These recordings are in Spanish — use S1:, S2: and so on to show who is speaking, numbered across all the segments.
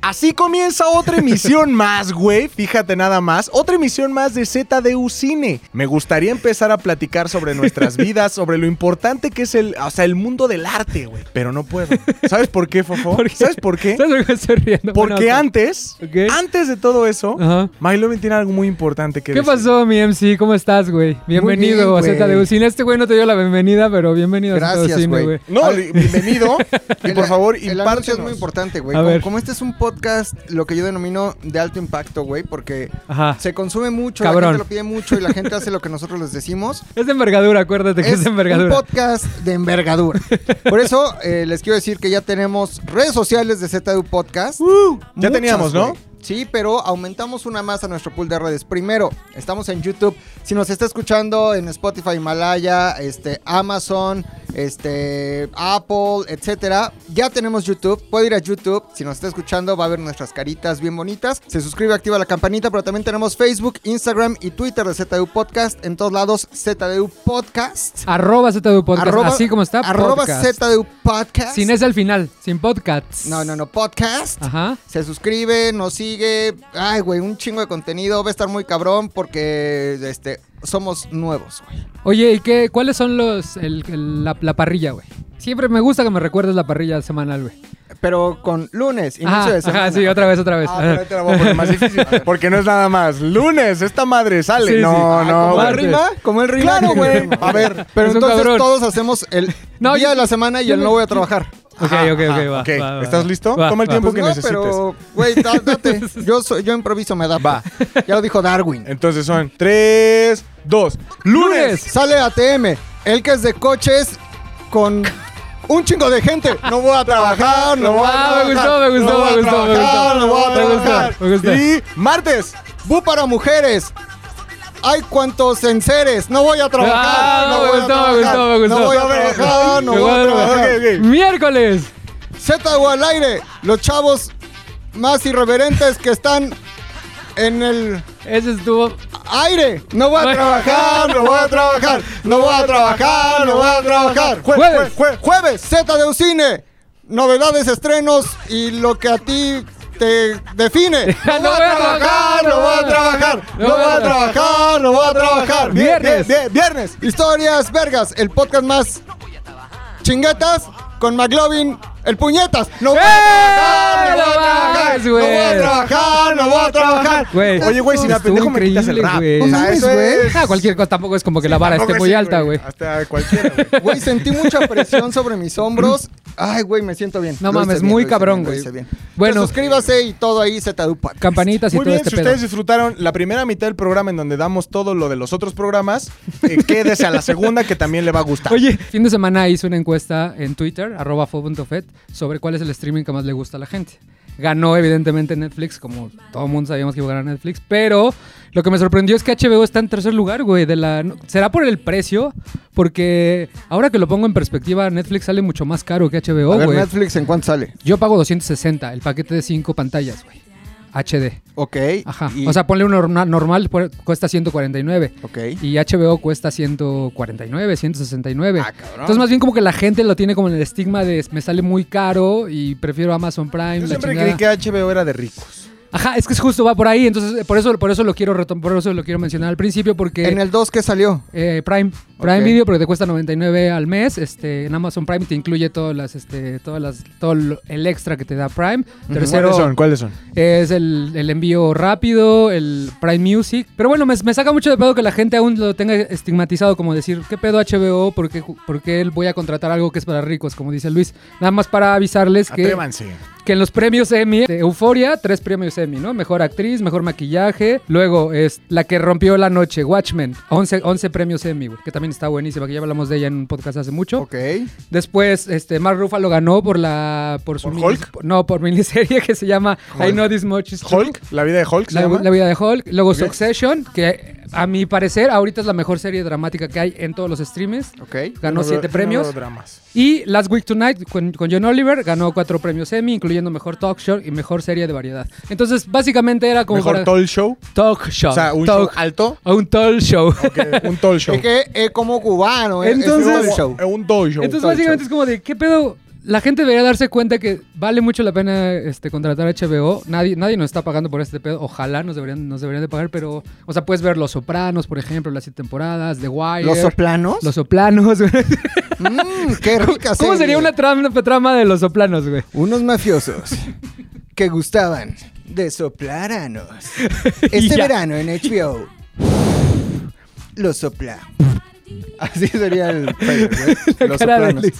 S1: Así comienza otra emisión más, güey. Fíjate nada más. Otra emisión más de ZDU Cine. Me gustaría empezar a platicar sobre nuestras vidas, sobre lo importante que es el, o sea, el mundo del arte, güey. Pero no puedo. ¿Sabes por qué, Fofo?
S2: ¿Por qué?
S1: ¿Sabes por qué?
S2: ¿Sabes por qué me estoy riendo?
S1: Porque
S2: Bueno,
S1: antes,
S2: Ok.
S1: antes de todo eso,
S2: Ajá.
S1: My Lovin' tiene algo muy importante que
S2: ¿Qué
S1: decir.
S2: pasó, mi MC? ¿Cómo estás, güey? Bienvenido
S3: bien,
S2: a
S3: güey.
S2: ZDU Cine. Este güey no te dio la bienvenida, pero bienvenido a ZDU
S3: Gracias,
S2: Cine,
S3: güey.
S2: güey.
S1: No,
S3: Al-
S1: bienvenido. y
S3: El-
S1: por favor,
S3: El anuncio es
S1: impártenos.
S3: muy importante, güey.
S2: A
S3: Como,
S2: ver.
S3: como este es un podcast, lo que yo denomino de alto impacto, güey, porque
S2: Ajá.
S3: se consume mucho, la
S2: Cabrón.
S3: gente lo pide mucho y la gente hace lo que nosotros les decimos.
S2: Es de envergadura, acuérdate que es,
S3: es
S2: de
S3: un
S2: envergadura.
S3: podcast de envergadura. Por eso eh, les quiero decir que ya tenemos redes sociales de ZDU Podcast.
S1: Uh, ya
S3: Muchas,
S1: teníamos, ¿no?
S3: güey. Sí, pero aumentamos una más a nuestro pool de redes. Primero, estamos en YouTube. Si nos está escuchando en Spotify, Himalaya, este, Amazon, este, Apple, etcétera, ya tenemos YouTube. Puede ir a YouTube. Si nos está escuchando, va a ver nuestras caritas bien bonitas. Se suscribe, activa la campanita, pero también tenemos Facebook, Instagram y Twitter de ZDU Podcast. En todos lados, ZDU Podcast.
S2: Arroba ZDU Podcast,
S3: Arroba-
S2: así como está.
S3: Arroba
S2: podcast.
S3: ZDU Podcast.
S2: Sin ese al final, sin podcasts.
S3: no, no, no, podcast
S2: Ajá.
S3: se suscribe, nos sigue. Ay, güey, un chingo de contenido. Va a estar muy cabrón porque este, somos nuevos, güey.
S2: Oye, ¿y qué, cuáles son los, el- el- la, la parrilla, güey? Siempre me gusta que me recuerdes la parrilla semanal, güey.
S3: Pero con lunes, inicio
S2: Ah, Ajá,
S3: de semana.
S2: ajá, sí, otra vez, otra vez.
S1: Ah, pero ahí te la voy a poner más difícil. Porque no es nada más. Lunes, esta madre sale.
S2: Sí, sí.
S1: no,
S2: Ah,
S1: no,
S3: ¿Como el
S2: Martes.
S1: güey.
S3: rima? ¿Como el rima?
S1: Claro, güey. A ver,
S3: Pero
S2: Es un
S3: entonces
S2: cabrón.
S3: todos hacemos el
S2: No,
S3: día
S2: yo-
S3: de la semana y
S2: yo pues
S3: el
S2: me-
S3: no voy a trabajar.
S2: Ok,
S1: Ajá, ajá,
S2: ok,
S3: Ah,
S2: ok, va,
S1: ok.
S2: va, va.
S1: ¿Estás listo?
S2: Va,
S1: Toma el
S2: va.
S1: tiempo
S3: Pues
S1: que
S3: no,
S1: necesites.
S3: pero, güey, da- date. Yo, soy- yo improviso, me da.
S1: Va.
S3: Ya lo dijo Darwin.
S1: Entonces son 3, 2. ¡Lunes!
S3: Sale ATM, el que es de coches con un chingo de gente.
S1: No voy a trabajar, no voy a
S2: Ah,
S1: trabajar.
S2: me gustó, me gustó,
S1: no voy a
S2: me gustó, me
S1: trabajar,
S2: gustó.
S1: No voy a
S2: Me gustó,
S1: trabajar.
S2: me gustó.
S1: Y martes.
S3: Bu para mujeres. Hay cuantos enseres. No voy a trabajar.
S2: Ah,
S3: no
S2: me
S3: voy
S2: gustó,
S3: a
S2: me
S3: trabajar,
S2: gustó, me gustó.
S3: No voy
S1: Me
S3: a trabajar. No
S2: Me
S3: voy a
S2: gusta, me
S3: trabajar.
S1: gusta. Ok, ok.
S2: Miércoles.
S3: ZDU al aire. Los chavos más irreverentes que están en el
S2: Ese estuvo.
S3: aire. No voy a trabajar. No voy a trabajar. No voy a trabajar. No voy a trabajar. Jue-
S2: Jueves.
S3: jue- Jueves, ZDU Cine. Novedades, estrenos y lo que a ti te define.
S2: No voy a trabajar,
S3: no voy a trabajar. No voy a trabajar. No voy a trabajar.
S1: Bien, bien,
S2: Viernes.
S1: bien, Viernes.
S3: Historias Vergas, el podcast más chinguetas con McLovin, el puñetas.
S2: ¡Eh!
S3: No voy a trabajar, no voy a trabajar,
S2: vas,
S3: no voy a
S2: güey.
S3: trabajar, no voy a trabajar.
S2: Güey.
S1: Oye, güey, si me
S2: Estuvo
S1: apendejo me quitas el
S2: increíble,
S1: rap.
S2: güey.
S1: O sea,
S3: No
S1: eso
S3: mames, güey.
S1: es...
S2: Ah, cualquier cosa, tampoco es como que la vara esté
S1: Tampoco
S2: muy
S1: sí,
S2: alta, güey.
S1: Hasta cualquiera, güey.
S3: Güey, sentí mucha presión sobre mis hombros. Ay, güey, me siento bien.
S2: No
S3: Lo hice
S2: mames,
S3: bien,
S2: muy
S3: lo hice
S2: cabrón,
S3: bien, lo
S2: güey.
S3: hice bien.
S2: Bueno.
S3: Entonces, suscríbase y todo ahí, ZDU Podcast.
S2: Campanitas y
S1: Muy
S2: todo
S1: bien,
S2: este
S1: si
S2: pedo.
S1: ustedes disfrutaron la primera mitad del programa en donde damos todo lo de los otros programas, eh, quédese a la segunda que también le va a gustar.
S2: Oye, fin de semana hice una encuesta en Twitter, arroba fo.fet, sobre cuál es el streaming que más le gusta a la gente. Ganó evidentemente Netflix, como todo el mundo sabíamos que iba a ganar Netflix, pero lo que me sorprendió es que HBO está en tercer lugar, güey. De la... no- ¿Será por el precio? Porque ahora que lo pongo en perspectiva, Netflix sale mucho más caro que
S3: A
S2: HBO,
S3: ver,
S2: güey.
S3: Netflix, ¿en cuánto sale?
S2: Yo pago 260, el paquete de 5 pantallas, güey. HD.
S3: Ok.
S2: Ajá.
S3: y-
S2: O sea, ponle uno norma- normal, pu- cuesta 149.
S3: Ok.
S2: Y HBO cuesta 149, 169.
S3: Ah, cabrón.
S2: Entonces, más bien como que la gente lo tiene como en el estigma de me sale muy caro y prefiero Amazon Prime.
S1: Yo
S2: la
S1: siempre
S2: chingada".
S1: creí que HBO era de ricos.
S2: Ajá, es que es justo, va por ahí. Entonces, eh, por eso, por eso lo quiero retom- por eso lo quiero mencionar al principio, porque
S3: ¿En el 2 qué salió?
S2: eh, Prime, Prime
S3: Ok.
S2: Video, pero te cuesta 99 al mes. Este, en Amazon Prime te incluye todas las, este, todas las, todo lo- el extra que te da Prime. Tercero,
S1: ¿Cuáles son? ¿Cuáles son?
S2: es el, el envío rápido, el Prime Music. Pero bueno, me, me saca mucho de pedo que la gente aún lo tenga estigmatizado, como decir, ¿qué pedo HBO? ¿Por qué, ju- por qué voy a contratar algo que es para ricos? Como dice Luis. Nada más para avisarles que,
S1: Atrévanse.
S2: que en los premios Emmy de Euforia, tres premios Emmy, ¿no? Mejor actriz, mejor maquillaje. Luego es la que rompió la noche, Watchmen. 11, 11 premios Emmy, güey, que también está buenísima, que ya hablamos de ella en un podcast hace mucho.
S3: Ok.
S2: Después, este, Mark Ruffalo ganó por la. ¿Por su
S1: ¿Por
S2: mini-
S1: Hulk?
S2: no, por miniserie que se llama I Know This Much Is True.
S1: ¿Hulk? ¿La vida de Hulk? se
S2: La,
S1: llama?
S2: la vida de Hulk. Luego Succession, que a mi parecer ahorita es la mejor serie dramática que hay en todos los streamers.
S3: Ok.
S1: No
S2: Ganó
S1: veo-
S2: siete
S1: no
S2: premios.
S1: veo dramas.
S2: y Last Week Tonight con, con John Oliver ganó cuatro premios Emmy, incluyendo mejor talk show y mejor serie de variedad. Entonces, básicamente era como
S1: Mejor
S2: para-
S1: talk show.
S2: talk show.
S1: O sea, un
S2: talk,
S1: show alto.
S2: a un talk show.
S1: que Un talk show.
S3: Es que es eh, como cubano. es- es
S2: Entonces-
S3: un show.
S1: Es un talk show.
S2: Entonces,
S3: talk
S2: básicamente es como de, ¿qué pedo? la gente debería darse cuenta que vale mucho la pena este, contratar a HBO. Nadie, nadie nos está pagando por este pedo. Ojalá nos deberían, nos deberían de pagar, pero. O sea, puedes ver Los Sopranos, por ejemplo, las siete temporadas, The Wire.
S3: ¿Los soplanos?
S2: Los Soplanos, güey.
S3: Mm, qué rica
S2: ¿Cómo
S3: serie.
S2: sería una trama, trama de Los Soplanos, güey?
S3: Unos mafiosos que gustaban de soplaranos.
S2: Y
S3: Este
S2: ya.
S3: verano en HBO. Los sopla. Así sería el trailer, güey.
S2: La
S3: Los
S2: cara de
S3: soplanos.
S2: Alex.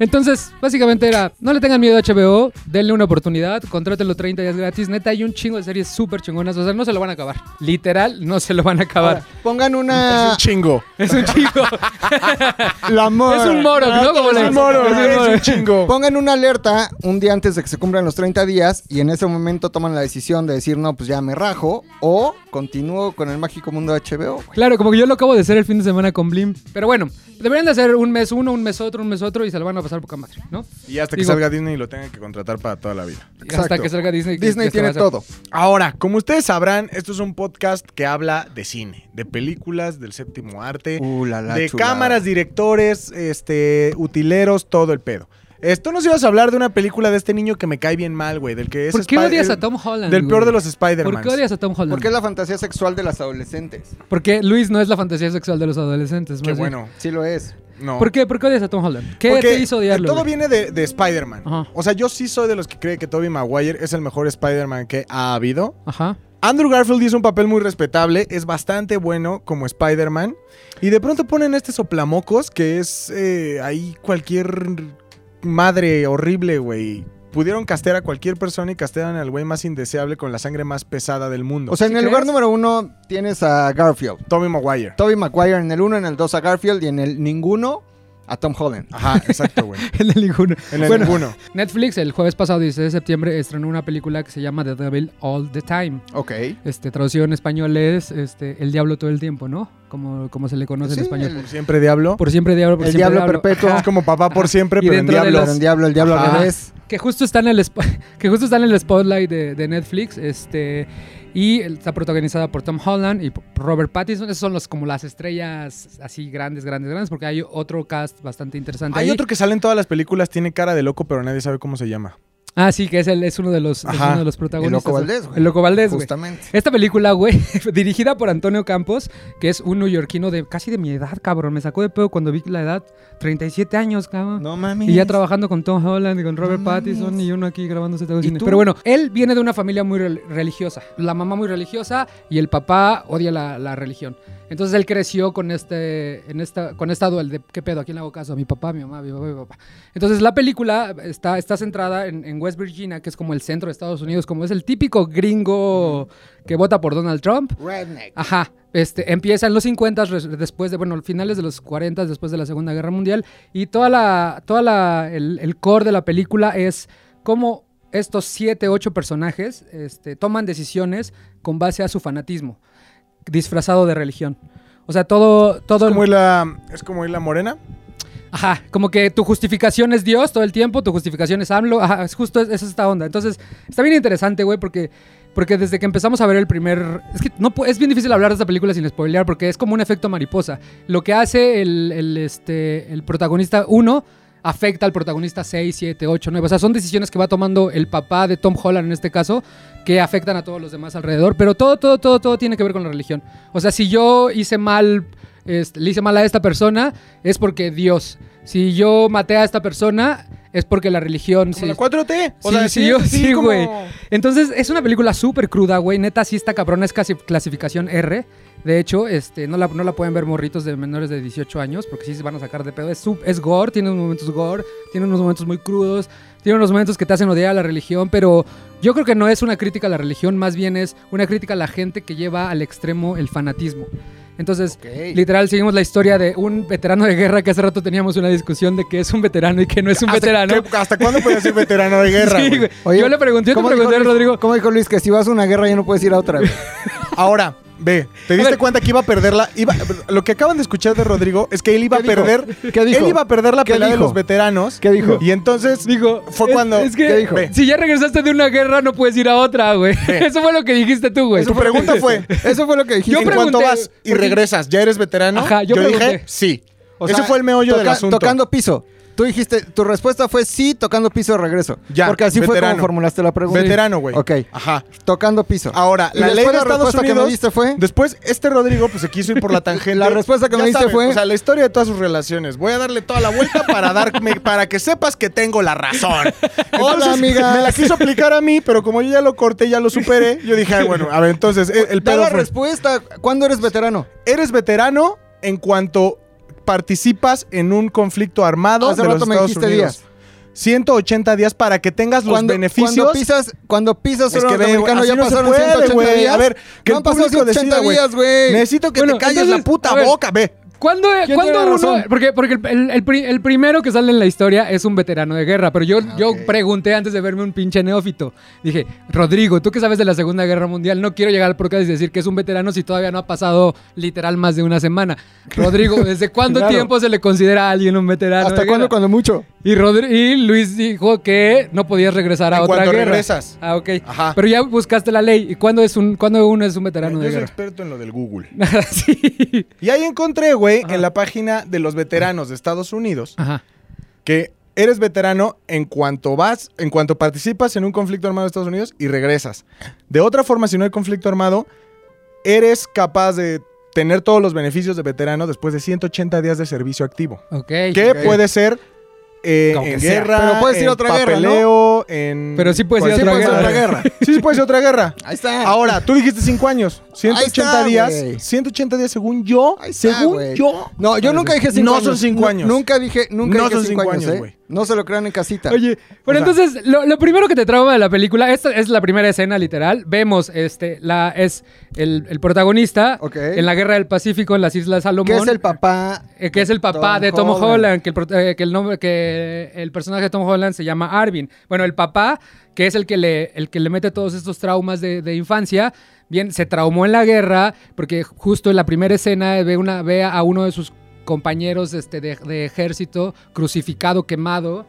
S2: Entonces, básicamente era, no le tengan miedo a HBO, denle una oportunidad, contrátelo 30 días gratis, neta, hay un chingo de series súper chingonas, o sea, no se lo van a acabar. Literal, no se lo van a acabar.
S3: Ahora, pongan
S1: Es
S2: Ah.
S3: una.
S1: un chingo.
S2: Es un chingo.
S3: La mora.
S2: Ah. es un moro, ¿no? Como
S1: Es un
S2: le dicen.
S1: moro,
S2: Es un
S1: es
S2: moro.
S1: un chingo.
S3: Pongan una alerta un día antes de que se cumplan los 30 días y en ese momento toman la decisión de decir, no, pues ya me rajo o continúo con el mágico mundo de HBO. güey.
S2: Claro, como que yo lo acabo de hacer el fin de semana con Blim. Pero bueno, deberían de hacer un mes uno, un mes otro, un mes otro y se lo van a pasar poca madre, ¿no?
S1: Y hasta que
S2: Digo-
S1: salga Disney y lo tengan que contratar para toda la vida.
S2: Hasta
S3: Exacto.
S2: que salga Disney. que
S3: Disney
S2: ya se va a
S3: tiene
S2: hacer.
S3: todo.
S1: Ahora, como ustedes sabrán, esto es un podcast que habla de cine, de películas, del séptimo arte,
S3: Uh, la, la
S1: de
S3: chulada.
S1: cámaras, directores, este, utileros, todo el pedo. Esto nos ibas a hablar de una película de este niño que me cae bien mal, güey, del que es
S2: ¿Por qué
S1: Spi-
S2: odias
S1: el-
S2: a Tom Holland?
S1: Del
S2: güey?
S1: peor de los
S2: ¿Por
S1: Spider-Man.
S2: qué odias a Tom Holland?
S3: Porque es la fantasía sexual de las adolescentes.
S2: Porque Luis no es la fantasía sexual de los adolescentes.
S1: Qué
S2: más bien.
S1: bueno.
S3: Sí lo es.
S1: No.
S2: ¿Por qué? ¿Por qué odias a Tom Holland? ¿Qué
S1: Porque
S2: te hizo odiarlo?
S1: Todo
S2: güey?
S1: viene de, de Spider-Man.
S2: Ajá.
S1: O sea, yo sí soy de los que cree que Tobey Maguire es el mejor Spider-Man que ha habido.
S2: Ajá.
S1: Andrew Garfield hizo un papel muy respetable, es bastante bueno como Spider-Man. Y de pronto ponen este soplamocos que es eh, ahí cualquier madre horrible, güey. Pudieron castear a cualquier persona y castearon al güey más indeseable con la sangre más pesada del mundo.
S3: O sea, en
S2: ¿Sí
S3: el lugar
S2: crees?
S3: número uno tienes a Garfield.
S1: Tommy Maguire.
S3: Toby Maguire en el uno, en el dos a Garfield y en el ninguno a Tom Holland.
S1: Ajá, exacto, güey.
S2: El del ninguno.
S1: En el
S2: Bueno.
S1: ninguno.
S2: Netflix el jueves pasado, 16 de septiembre, estrenó una película que se llama The Devil All the Time.
S3: Ok.
S2: Este, traducido en español es este, El Diablo todo el tiempo, ¿no? Como, como se le conoce
S3: Sí,
S2: en español.
S1: Por siempre diablo.
S2: Por siempre Diablo, por
S3: El
S2: siempre
S3: Diablo Perpetuo.
S2: Ajá.
S1: Es como papá por siempre,
S2: Y
S1: pero en
S2: dentro de
S1: diablo.
S3: Pero el diablo, el diablo
S2: Ajá.
S3: al revés.
S2: que justo está en el spo- que justo está en el spotlight de, de Netflix este y está protagonizada por Tom Holland y por Robert Pattinson esos son los como las estrellas así grandes grandes grandes porque hay otro cast bastante interesante
S1: Hay
S2: ahí.
S1: otro que sale en todas las películas, tiene cara de loco, pero nadie sabe cómo se llama.
S2: ah sí que es el es uno de los es
S1: Ajá,
S2: uno de los
S3: El
S2: protagonistas
S3: Loco Valdés, güey.
S2: el loco Valdés güey.
S3: Justamente.
S2: Esta película, güey, dirigida por Antonio Campos, que es un neoyorquino de casi de mi edad, cabrón. Me sacó de pedo cuando vi la edad. 37 años, cabrón.
S3: No mames.
S2: Y ya trabajando con Tom Holland y con Robert
S3: No mames.
S2: Pattinson y uno aquí grabándose todo
S3: ¿Y
S2: cine.
S3: tú?
S2: Pero bueno, él viene de una familia muy rel- religiosa. La mamá muy religiosa y el papá odia la, la religión. Entonces él creció con este, en esta, con esta dual de qué pedo, ¿a quién le hago caso? ¿A mi papá, a mi mamá, a mi papá, a mi papá? Entonces la película está, está centrada en, en West Virginia, que es como el centro de Estados Unidos, como es el típico gringo que vota por Donald Trump.
S3: Redneck.
S2: Ajá. Este, empieza en los 50, res- después de, bueno, finales de los 40, después de la Segunda Guerra Mundial. Y toda la, toda la, el, el core de la película es cómo estos siete, ocho personajes este, toman decisiones con base a su fanatismo, disfrazado de religión. O sea, todo, todo
S1: Es
S2: el-
S1: como la, es como la morena.
S2: Ajá, como que tu justificación es Dios todo el tiempo, tu justificación es AMLO, ajá, es justo es, es esta onda. Entonces, está bien interesante, güey, porque, porque desde que empezamos a ver el primer... Es que no, pu- es bien difícil hablar de esta película sin spoilear, porque es como un efecto mariposa. Lo que hace el, el, este, el protagonista 1 afecta al protagonista 6, 7, 8, 9. O sea, son decisiones que va tomando el papá de Tom Holland en este caso, que afectan a todos los demás alrededor. Pero todo, todo, todo, todo tiene que ver con la religión. O sea, si yo hice mal, este, le hice mal a esta persona, es porque Dios. Si yo maté a esta persona, es porque la religión.
S1: Como
S2: sí.
S1: la 4T. O
S2: Sí,
S1: sea,
S2: sí, yo- sí,
S1: como-
S2: güey. Entonces, es una película súper cruda, güey. Neta, sí está cabrona, es casi clasificación R. De hecho, este, no, la, no la pueden ver morritos de menores de 18 años, porque sí se van a sacar de pedo. Es, sup- es gore, tiene unos momentos gore, tiene unos momentos muy crudos, tiene unos momentos que te hacen odiar a la religión, pero yo creo que no es una crítica a la religión, más bien es una crítica a la gente que lleva al extremo el fanatismo. Entonces, Literal, seguimos la historia de un veterano de guerra que hace rato teníamos una discusión de que es un veterano y que no es un
S1: ¿Hasta,
S2: veterano.
S1: qué- hasta cuándo puedes ser veterano de guerra?
S2: Sí,
S1: güey?
S2: güey.
S3: Oye,
S2: yo le pregunté, yo te
S3: ¿cómo dijo
S2: pregunté,
S3: Luis-
S2: Rodrigo.
S3: ¿Cómo dijo Luis que si vas a una guerra ya no puedes ir a otra? güey?
S1: Ahora, ve, ¿te diste
S2: ver.
S1: cuenta que iba a perderla? Iba, lo que acaban de escuchar de Rodrigo es que él iba a
S3: ¿Qué dijo?
S1: perder.
S3: ¿Qué dijo?
S1: Él iba a perder la
S3: ¿Qué
S1: pelea de
S3: dijo?
S1: los veteranos.
S3: ¿Qué dijo?
S1: Y entonces
S2: Digo,
S1: fue
S2: es-
S1: cuando.
S2: Es, que
S3: ¿Qué dijo?
S1: Ve,
S2: si ya regresaste de una guerra, no puedes ir a otra, güey.
S1: Ve.
S2: Eso fue lo que dijiste tú, güey.
S1: Su pregunta fue:
S3: Eso fue lo que dijiste.
S2: pues, Yo
S1: ¿En cuánto
S2: pregunté,
S1: vas y
S2: porque-
S1: regresas? ¿Ya eres veterano?
S2: Ajá, yo
S1: dije:
S2: pregunté.
S1: sí.
S3: O
S1: Ese
S3: sea,
S1: fue el meollo del
S3: toca-
S1: asunto.
S3: Tocando piso. Tú dijiste, tu respuesta fue sí, tocando piso de regreso.
S1: Ya,
S3: Porque así fue
S1: veterano.
S3: como formulaste la pregunta.
S1: Veterano, güey.
S3: Ok.
S1: Ajá.
S3: Tocando piso.
S1: Ahora,
S3: Y
S1: la ley
S3: después
S1: de Estados
S3: respuesta
S1: Unidos.
S3: que me diste fue.
S1: Después, este Rodrigo pues, se quiso ir por la tangente.
S3: La respuesta que
S1: Ya
S3: me diste fue-
S1: O sea, la historia de todas sus relaciones. Voy a darle toda la vuelta para, darme, para que sepas que tengo la razón.
S3: Hola, amigas.
S1: Me la quiso aplicar a mí, pero como yo ya lo corté, ya lo superé, yo dije, "Ay, bueno, a ver, entonces, e, eh, el, el
S3: Da
S1: pedo
S3: la
S1: fue,
S3: respuesta. ¿Cuándo eres veterano?
S1: Eres veterano en cuanto participas en un conflicto armado
S3: Hace
S1: de los
S3: rato me
S1: Estados
S3: dijiste
S1: Unidos.
S3: días.
S1: 180 días para que tengas los
S3: Cuando,
S1: beneficios.
S3: cuando pisas, cuando pisas
S1: Es
S3: suelo
S1: que ve,
S3: norteamericano
S1: así
S3: ya
S1: no se
S3: pasaron
S1: puede,
S3: 180
S1: güey.
S3: días.
S1: A ver, que
S3: no
S1: el
S3: han pasado
S1: público decida,
S3: 180
S1: güey.
S3: días, güey.
S1: Necesito que
S2: Bueno,
S1: te calles
S2: entonces,
S1: la puta
S2: a ver.
S1: boca, ve.
S2: ¿Cuándo,
S3: ¿Quién
S2: cuándo
S3: tiene
S2: uno.?
S3: razón?
S2: Porque, porque el, el- el pri- el primero que sale en la historia es un veterano de guerra, pero yo,
S1: Ah,
S2: yo pregunté antes de verme un pinche neófito. Dije, Rodrigo, tú que sabes de la Segunda Guerra Mundial, no quiero llegar al podcast y decir que es un veterano si todavía no ha pasado literal más de una semana. Rodrigo, ¿desde cuánto
S3: Claro.
S2: tiempo se le considera a alguien un veterano?
S3: ¿Hasta
S2: de
S3: cuándo?
S2: guerra?
S3: Cuando mucho.
S2: Y, Rodri- y Luis dijo que no podías regresar a
S1: En
S2: otra
S1: cuanto
S2: guerra.
S1: regresas.
S2: Ah, ok.
S1: Ajá.
S2: Pero ya buscaste la ley. ¿Y cuándo, es un, cuándo uno es un veterano
S1: yo
S2: de
S1: soy
S2: guerra?
S1: experto en lo del Google.
S2: sí.
S1: Y ahí encontré, güey, en la página de los veteranos de Estados Unidos,
S2: Ajá.
S1: que eres veterano en cuanto vas, en cuanto participas en un conflicto armado de Estados Unidos y regresas. De otra forma, si no hay conflicto armado, eres capaz de tener todos los beneficios de veterano después de 180 días de servicio activo.
S2: Ok.
S1: Que
S3: Ok.
S1: puede ser eh,
S2: Como
S1: en
S2: que sea.
S1: guerra,
S3: Pero puede ser
S1: en
S3: otra guerra,
S1: papeleo, en...
S2: Pero sí puede ser
S1: cualquier-
S2: otra
S1: sí puede
S2: guerra.
S1: Sí, sí puede ser otra guerra.
S3: Ahí está.
S1: Ahora, tú dijiste 5 años. 180
S3: está,
S1: días.
S3: güey.
S1: 180 días según yo.
S3: Ahí está,
S1: según
S3: güey.
S1: yo.
S3: No, yo nunca dije 5
S1: No
S3: años.
S1: son cinco
S3: Nu-
S1: años.
S3: Nunca dije, nunca
S1: No
S3: dije
S1: son
S3: 5
S1: cinco
S3: años,
S1: años,
S3: eh.
S1: güey.
S3: No se lo crean en casita.
S2: Oye, pero
S1: sea-
S2: entonces lo, lo primero que te trauma de la película, esta es la primera escena literal, vemos este la es el, el protagonista
S3: Ok.
S2: en la guerra del Pacífico en las Islas Salomón.
S3: ¿Qué es el papá?
S2: eh, que es el papá
S3: Tom
S2: de Tom Holland,
S3: Holland.
S2: que, el, prota- eh, que el nombre que el personaje de Tom Holland se llama Arvin. Bueno, el papá, que es el que le, el que le mete todos estos traumas de, de infancia, bien, se traumó en la guerra, porque justo en la primera escena ve, una, ve a uno de sus compañeros este, de, de ejército crucificado, quemado.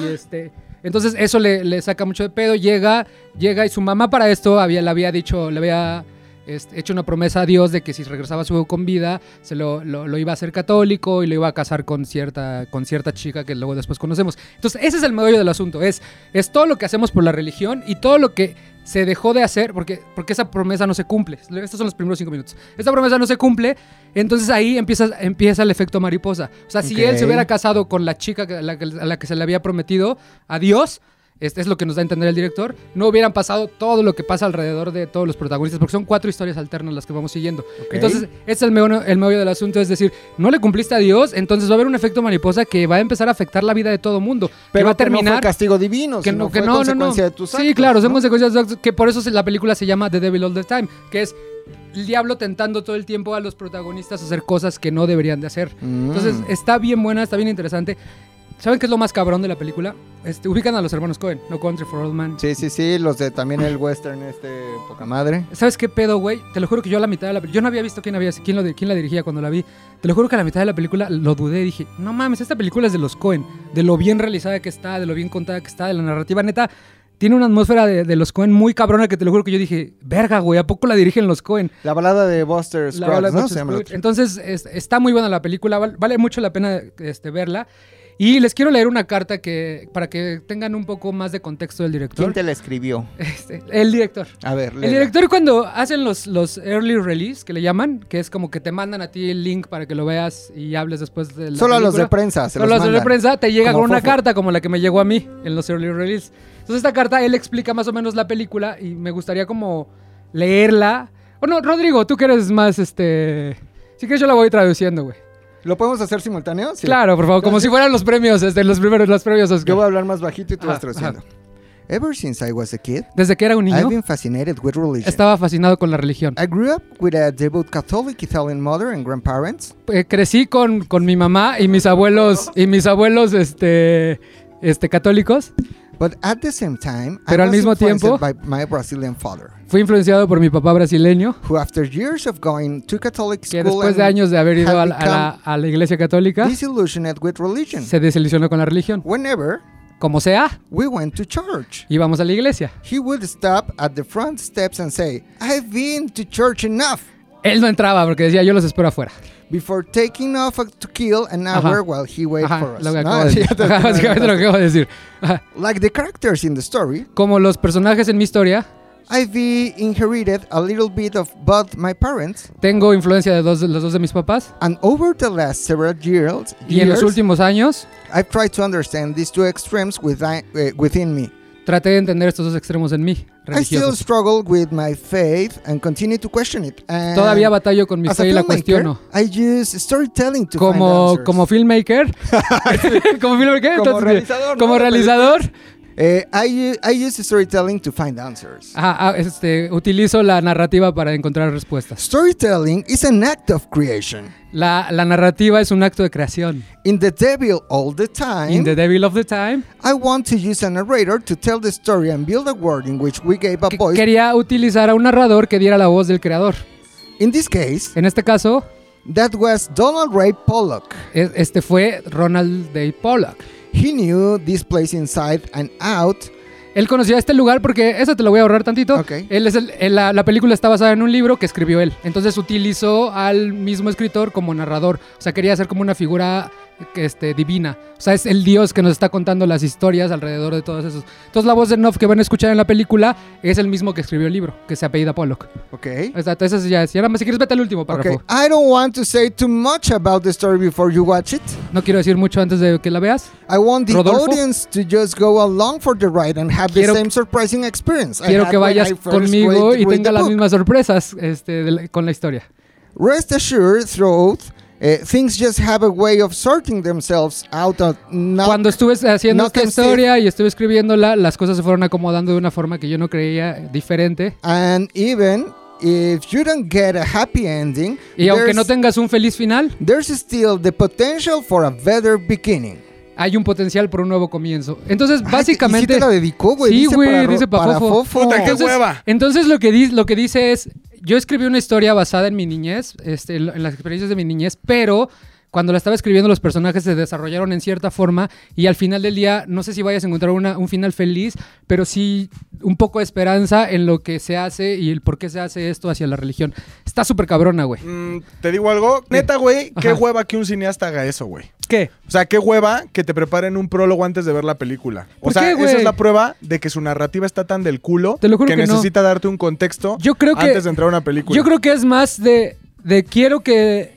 S2: Y este. Entonces eso le, le saca mucho de pedo. Llega, llega y su mamá para esto había, le había dicho, le había este, hecho una promesa a Dios de que si regresaba su hijo con vida, se lo, lo- lo iba a hacer católico y lo iba a casar con cierta, con cierta chica que luego después conocemos. Entonces ese es el meollo del asunto. Es, es todo lo que hacemos por la religión y todo lo que se dejó de hacer porque, porque esa promesa no se cumple. Estos son los primeros cinco minutos. Esta promesa no se cumple, entonces ahí empieza, empieza el efecto mariposa. O sea, si él se
S3: Ok.
S2: hubiera casado con la chica que- la que- a la que se le había prometido a Dios, este es lo que nos da a entender el director, no hubieran pasado todo lo que pasa alrededor de todos los protagonistas, porque son cuatro historias alternas las que vamos siguiendo. Entonces, ese es el meollo, el meollo del asunto, es decir, no le cumpliste a Dios, entonces va a haber un efecto mariposa que va a empezar a afectar la vida de todo mundo, que va a
S3: que no fue
S2: terminar...
S3: castigo divino,
S2: Que
S3: sino
S2: no, que
S3: fue
S2: no, no, no.
S3: consecuencia de tus
S2: sí,
S3: actos,
S2: claro, son
S3: ¿no?
S2: consecuencias de tus actos, Que por eso se- la película se llama The Devil All the Time, que es el diablo tentando todo el tiempo a los protagonistas a hacer cosas que no deberían de hacer.
S3: Mm.
S2: Entonces, eh, está bien buena, está bien interesante. ¿Saben qué es lo más cabrón de la película? Este, ubican a los hermanos Cohen, No Country for Old Man.
S3: Sí, sí, sí, los de también el western este poca madre.
S2: ¿Sabes qué pedo, güey? Te lo juro que yo a la mitad de la película. Yo no había visto quién, había, quién, lo, di- quién la dirigía cuando la vi. Te lo juro que a la mitad de la película lo dudé y dije: No mames, esta película es de los Cohen. De lo bien realizada que está, de lo bien contada que está, de la narrativa neta. Tiene una atmósfera de, de los Cohen muy cabrona que te lo juro que yo dije: Verga, güey, ¿a poco la dirigen los Cohen?
S3: La balada de Buster
S2: La
S3: Scruggs,
S2: Bala de
S3: ¿no?
S2: Doctor
S3: Se llama el
S2: Scrooge.
S3: otro.
S2: Entonces, es- está muy buena la película, val- vale mucho la pena este, verla. Y les quiero leer una carta que para que tengan un poco más de contexto del director.
S3: ¿Quién te la escribió?
S2: Este, el director.
S3: A ver,
S2: El
S3: léela.
S2: director cuando hacen los, los early release, que le llaman, que es como que te mandan a ti el link para que lo veas y hables después de la
S3: Solo a los de
S2: película.
S3: prensa, se
S2: Solo
S3: los
S2: los de
S3: mandan.
S2: prensa te llega
S3: Como
S2: con una
S3: fofo.
S2: carta como la que me llegó a mí en los early release. Entonces esta carta él explica más o menos la película y me gustaría como leerla. Bueno, Rodrigo, tú que eres más este si quieres yo la voy traduciendo, güey.
S3: ¿Lo podemos hacer simultáneo? Sí.
S2: Claro, por favor, como si fueran los premios, este, los primeros los premios Oscar.
S3: Yo voy a hablar más bajito y tú
S2: Ajá,
S3: vas traduciendo. Ever since I was a Ah, kid,
S2: Desde que era un
S3: I've
S2: niño
S3: been fascinated with religion.
S2: estaba fascinado con la religión.
S3: I grew up with a devout Catholic Italian mother and grandparents.
S2: Eh, crecí con, con mi mamá y mis abuelos y mis abuelos este este católicos.
S3: But at the same time,
S2: Pero
S3: I
S2: al
S3: was
S2: mismo tiempo-
S3: influenced by my Brazilian father,
S2: Fui influenciado por mi papá brasileño
S3: who after years of going to Catholic
S2: que
S3: school
S2: después de
S3: and
S2: años de haber ido
S3: had
S2: a la, a la- a la iglesia
S3: become
S2: católica
S3: disillusioned with religion.
S2: se desilusionó con la religión.
S3: Whenever
S2: Como sea,
S3: we went to church,
S2: íbamos a la iglesia.
S3: he would stop at the front steps and say, "I've been to church enough."
S2: Él no entraba porque decía, yo los espero afuera.
S3: Before taking off to kill an
S2: Ajá.
S3: hour while he waits
S2: Ajá,
S3: for us.
S2: lo que
S3: ¿no?
S2: acabo de
S3: Sí,
S2: decir.
S3: ya te-
S2: Ajá, básicamente lo que acabo de decir. Ajá.
S3: Like the characters in the story,
S2: Como los personajes en mi historia,
S3: I've inherited a little bit of both my parents,
S2: tengo influencia de dos, los dos de mis papás.
S3: and over the last several years,
S2: Y en los
S3: years,
S2: últimos años
S3: I've tried to understand these two extremes within, eh, within me.
S2: traté de entender estos dos extremos en mí,
S3: I still
S2: religiosos.
S3: struggle with my faith and continue to question it. And
S2: Todavía batallo con mi
S3: as a
S2: fe y la
S3: filmmaker,
S2: cuestiono.
S3: I use storytelling to
S2: Como,
S3: find
S2: como
S3: answers.
S2: filmmaker. como filmmaker.
S3: Como
S2: entonces,
S3: realizador,
S2: como
S3: ¿no?
S2: realizador,
S3: Eh, I, u- I use storytelling to find answers.
S2: ajá, ah, este, utilizo la narrativa para encontrar respuestas.
S3: Storytelling is an act of creation.
S2: La, la narrativa es un acto de creación.
S3: In the devil all the time,
S2: In the devil of the time.
S3: I want to use a narrator to tell the story and build a world in which we gave a
S2: que-
S3: voice.
S2: quería utilizar a un narrador que diera la voz del creador.
S3: In this case,
S2: En este caso,
S3: that was Donald Ray Pollock.
S2: e- este fue Ronald Day Pollock.
S3: He knew this place inside and out.
S2: Él conocía este lugar porque eso te lo voy a ahorrar tantito.
S3: Ok.
S2: Él es el- el- la, la película está basada en un libro que escribió él. Entonces utilizó al mismo escritor como narrador. O sea, quería ser como una figura este, divina. O sea, es el dios que nos está contando las historias alrededor de todos esos. Entonces la voz de Noff que van a escuchar en la película es el mismo que escribió el libro, que se apellida Pollock.
S3: Okay.
S2: Exacto, eso ya es. Y ahora, más, si quieres, vete al último párrafo.
S3: Okay. I don't want to say too much about the story before you watch it.
S2: No quiero decir mucho antes de que la veas.
S3: I want the
S2: Rodolfo?
S3: audience to just go along for the ride and have
S2: Quiero-
S3: the same surprising experience. I
S2: Quiero
S3: had
S2: que
S3: when
S2: vayas
S3: I first
S2: conmigo
S3: read-
S2: y
S3: read
S2: tenga
S3: the
S2: las
S3: book.
S2: mismas sorpresas este, de la- con la historia.
S3: Rest assured, throughout, eh, things just have a way of sorting themselves out. Of now,
S2: Cuando estuve haciendo
S3: no
S2: esta
S3: can see.
S2: historia y estuve escribiéndola, las cosas se fueron acomodando de una forma que yo no creía eh, diferente.
S3: and even if you don't get a happy ending,
S2: Y aunque
S3: there's,
S2: no tengas un feliz final,
S3: there's still the potential for a better beginning.
S2: hay un potencial por un nuevo comienzo. Entonces,
S3: Ay,
S2: básicamente...
S3: y sí te la dedicó, güey.
S2: Sí,
S3: dice
S2: güey,
S3: para,
S2: dice pa'
S3: para
S2: Fofo.
S1: Puta, qué
S2: entonces,
S1: hueva.
S2: entonces lo que dice, lo que dice es, yo escribí una historia basada en mi niñez, este, en lo- en las experiencias de mi niñez, pero cuando la estaba escribiendo los personajes se desarrollaron en cierta forma y al final del día no sé si vayas a encontrar una- un final feliz, pero sí un poco de esperanza en lo que se hace y el por qué se hace esto hacia la religión. Está súper cabrona, güey.
S1: Mm, te digo algo, neta, güey, qué
S2: Ajá.
S1: hueva que un cineasta haga eso, güey.
S2: ¿Qué?
S1: O sea, qué hueva que te preparen un prólogo antes de ver la película. O
S2: ¿Por
S1: sea,
S2: qué, güey?
S1: esa es la prueba de que su narrativa está tan del culo
S2: Te lo juro
S1: que,
S2: que no.
S1: necesita darte un contexto
S2: Yo creo que-
S1: antes de entrar a una película.
S2: Yo creo que es más de, de quiero que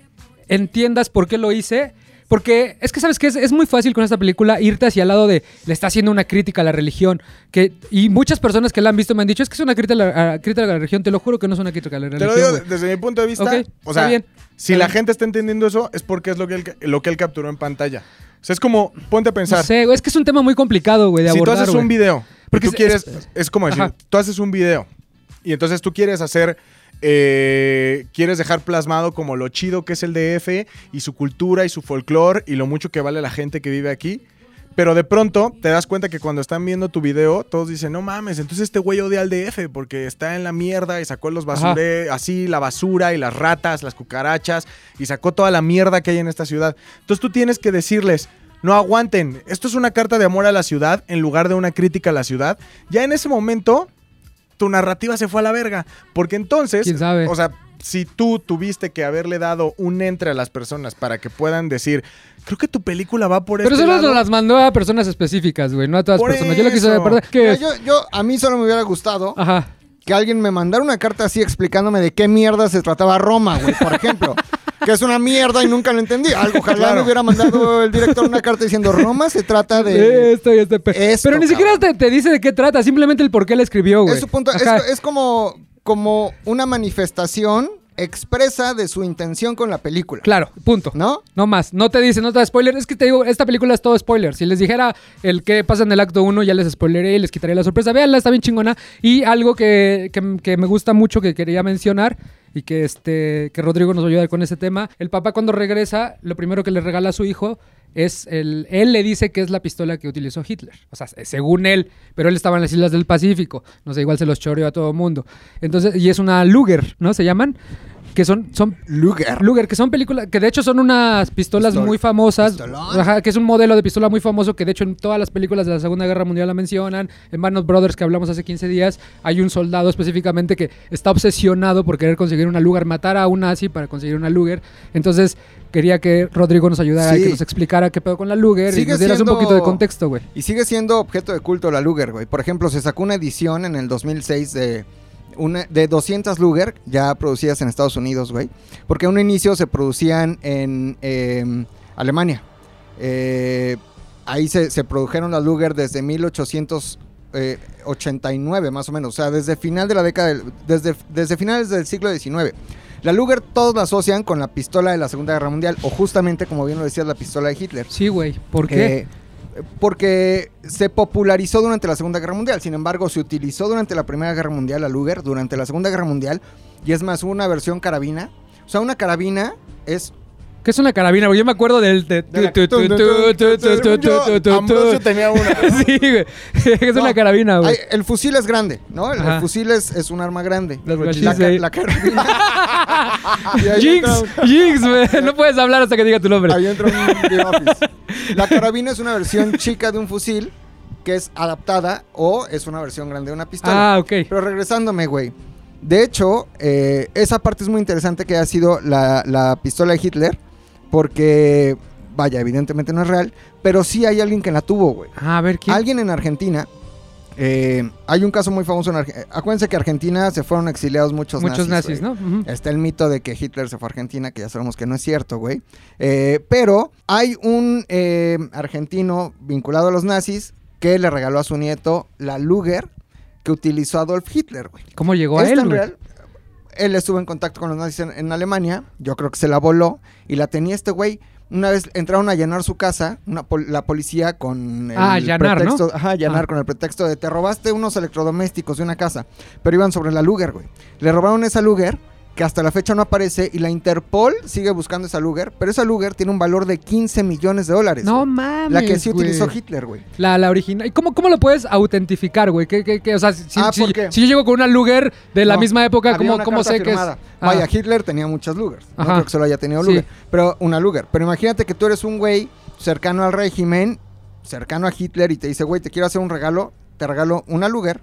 S2: entiendas por qué lo hice. Porque es que, ¿sabes qué? Es, es muy fácil con esta película irte hacia el lado de le está haciendo una crítica a la religión. Que, y muchas personas que la han visto me han dicho, es que es una crítica a la, a- crítica a la religión. Te lo juro que no es una crítica a la
S1: Te
S2: religión.
S1: lo digo
S2: güey.
S1: desde mi punto de vista.
S2: Ok,
S1: o
S2: está
S1: sea,
S2: bien,
S1: si
S2: está
S1: la
S2: bien.
S1: gente está entendiendo eso, es porque es lo que él, lo que él capturó en pantalla. O sea, es como, ponte a pensar.
S2: No sé, güey, es que es un tema muy complicado, güey, de
S1: si tú
S2: abordar,
S1: haces un
S2: güey.
S1: video,
S2: Porque
S1: porque
S2: es-
S1: tú quieres,
S2: es-
S1: es, como decir,
S2: Ajá.
S1: tú haces un video y entonces tú quieres hacer, eh, quieres dejar plasmado como lo chido que es el DF y su cultura y su folclore y lo mucho que vale la gente que vive aquí. Pero de pronto te das cuenta que cuando están viendo tu video, todos dicen, no mames, entonces este güey odia al DF porque está en la mierda y sacó los
S2: Ajá.
S1: basure, así la basura y las ratas, las cucarachas y sacó toda la mierda que hay en esta ciudad. Entonces tú tienes que decirles, no aguanten, esto es una carta de amor a la ciudad en lugar de una crítica a la ciudad. Ya en ese momento, tu narrativa se fue a la verga. Porque entonces,
S2: ¿Quién sabe?
S1: o sea, si tú tuviste que haberle dado un entre a las personas para que puedan decir, creo que tu película va por
S2: Pero
S1: este
S2: solo
S1: lado".
S2: nos las mandó a personas específicas, güey, no a todas las
S1: Por
S2: personas. Yo lo quise
S1: eso.
S2: aparte que... Ah.
S3: Mira, yo, yo- a mí solo me hubiera gustado
S2: Ajá.
S3: que alguien me mandara una carta así explicándome de qué mierda se trataba Roma, güey, por ejemplo. que es una mierda y nunca lo entendí. Algo, ojalá
S1: Claro.
S3: me hubiera mandado el director una carta diciendo Roma se trata
S2: De
S3: de...
S2: esto y este pe-
S3: esto,
S2: Pero ni siquiera te, te dice de qué trata, simplemente el por qué la escribió, güey.
S3: Es, su punto- es-
S2: Ajá.
S3: es como, como una manifestación expresa de su intención con la película.
S2: Claro, punto.
S3: ¿No?
S2: No más, no te dice, no te da spoiler. Es que te digo, esta película es todo spoiler. Si les dijera el que pasa en el acto 1, ya les spoileré y les quitaré la sorpresa. Véanla, está bien chingona. Y algo que, que- que me gusta mucho, que quería mencionar, y que, este, que Rodrigo nos va a ayudar con ese tema. El papá cuando regresa, lo primero que le regala a su hijo es el... Él le dice que es la pistola que utilizó Hitler. O sea, según él, pero él estaba en las islas del Pacífico. No sé, igual se los choreó a todo mundo. Entonces, y es una Luger, ¿no? Se llaman. que son, son
S3: Luger.
S2: Luger, que son películas, que de hecho son unas pistolas
S3: Pistol-
S2: muy famosas.
S3: pistolón.
S2: Ajá, que es un modelo de pistola muy famoso que de hecho en todas las películas de la Segunda Guerra Mundial la mencionan. En Band of Brothers que hablamos hace 15 días, hay un soldado específicamente que está obsesionado por querer conseguir una Luger, matar a un nazi para conseguir una Luger. Entonces quería que Rodrigo nos ayudara
S3: Sí.
S2: y que nos explicara qué pedo con la Luger y
S3: Sigue
S2: nos dieras
S3: siendo-
S2: un poquito de contexto, güey.
S3: Y sigue siendo objeto de culto la Luger, güey. Por ejemplo, se sacó una edición en el 2006 de, una, de 200 Luger ya producidas en Estados Unidos, güey. Porque a un inicio se producían en eh, Alemania. Eh, ahí se, se produjeron las Luger desde eh, 1889, más o menos. O sea, desde final de la década, del- desde, desde finales del siglo XIX. La Luger todos la asocian con la pistola de la Segunda Guerra Mundial, o justamente, como bien lo decías, la pistola de Hitler.
S2: Sí, güey. ¿Por qué?
S3: Eh, porque se popularizó durante la Segunda Guerra Mundial. Sin embargo, se utilizó durante la Primera Guerra Mundial la Luger, durante la Segunda Guerra Mundial. Y es más, hubo una versión carabina. O sea, una carabina es.
S2: ¿Qué es una carabina? güey? Yo me acuerdo del... de-
S3: De la-
S2: tu, tu, tu, tu, tu, tu, tu, tu,
S1: Ambrosio
S2: tu.
S1: tenía una.
S2: Sí, güey. Es
S3: No,
S2: una carabina, güey.
S3: Ay, el fusil es grande, ¿no? El, el
S2: Ajá.
S3: fusil es, es un arma grande.
S2: That's what she
S3: la, ca-
S2: said.
S3: la carabina. Y ahí
S2: Jinx,
S3: entra un-
S2: Jinx, güey. No puedes hablar hasta que diga tu nombre.
S3: Ahí entra un The Office. La carabina es una versión chica de un fusil que es adaptada o es una versión grande de una pistola.
S2: Ah, ok.
S3: Pero regresándome, güey. De hecho, eh, esa parte es muy interesante que ha sido la, la pistola de Hitler, porque, vaya, evidentemente no es real, pero sí hay alguien que la tuvo, güey.
S2: Ah, a ver, ¿quién?
S3: Alguien en Argentina, eh, hay un caso muy famoso en Argentina. Acuérdense que Argentina se fueron exiliados muchos,
S2: Muchos nazis,
S3: güey. Eh,
S2: ¿no? Ujú.
S3: Está el mito de que Hitler se fue a Argentina, que ya sabemos que no es cierto, güey. Eh, pero hay un eh, argentino vinculado a los nazis que le regaló a su nieto la Luger que utilizó Adolf Hitler, güey.
S2: ¿Cómo llegó a
S3: Es
S2: él,
S3: tan
S2: güey?
S3: real. Él estuvo en contacto con los nazis en, en Alemania. Yo creo que se la voló y la tenía este güey. Una vez entraron a allanar su casa, una pol- la policía con el
S2: Ah, allanar, ¿no?
S3: pretexto, ajá, allanar,
S2: Ah.
S3: con el pretexto de te robaste unos electrodomésticos de una casa, pero iban sobre la Luger, güey. Le robaron esa Luger que hasta la fecha no aparece y la Interpol sigue buscando esa Luger, pero esa Luger tiene un valor de 15 millones de dólares.
S2: No
S3: güey.
S2: mames,
S3: la que sí
S2: güey.
S3: utilizó Hitler, güey.
S2: La, la original. ¿Y cómo, cómo lo puedes autentificar, güey? ¿Qué, qué, qué? O sea, si,
S3: Ah,
S2: si-
S3: ¿por qué?
S2: si yo llego con una Luger de la
S3: No,
S2: misma época,
S3: Había
S2: ¿cómo,
S3: una
S2: cómo
S3: carta
S2: sé que es?
S3: firmada.
S2: Ah,
S3: Vaya, Hitler tenía muchas Luger. No
S2: Ajá.
S3: creo que solo haya tenido
S2: Sí.
S3: Luger. Pero una Luger. Pero imagínate que tú eres un güey cercano al régimen, cercano a Hitler, y te dice, güey, te quiero hacer un regalo, te regalo una Luger.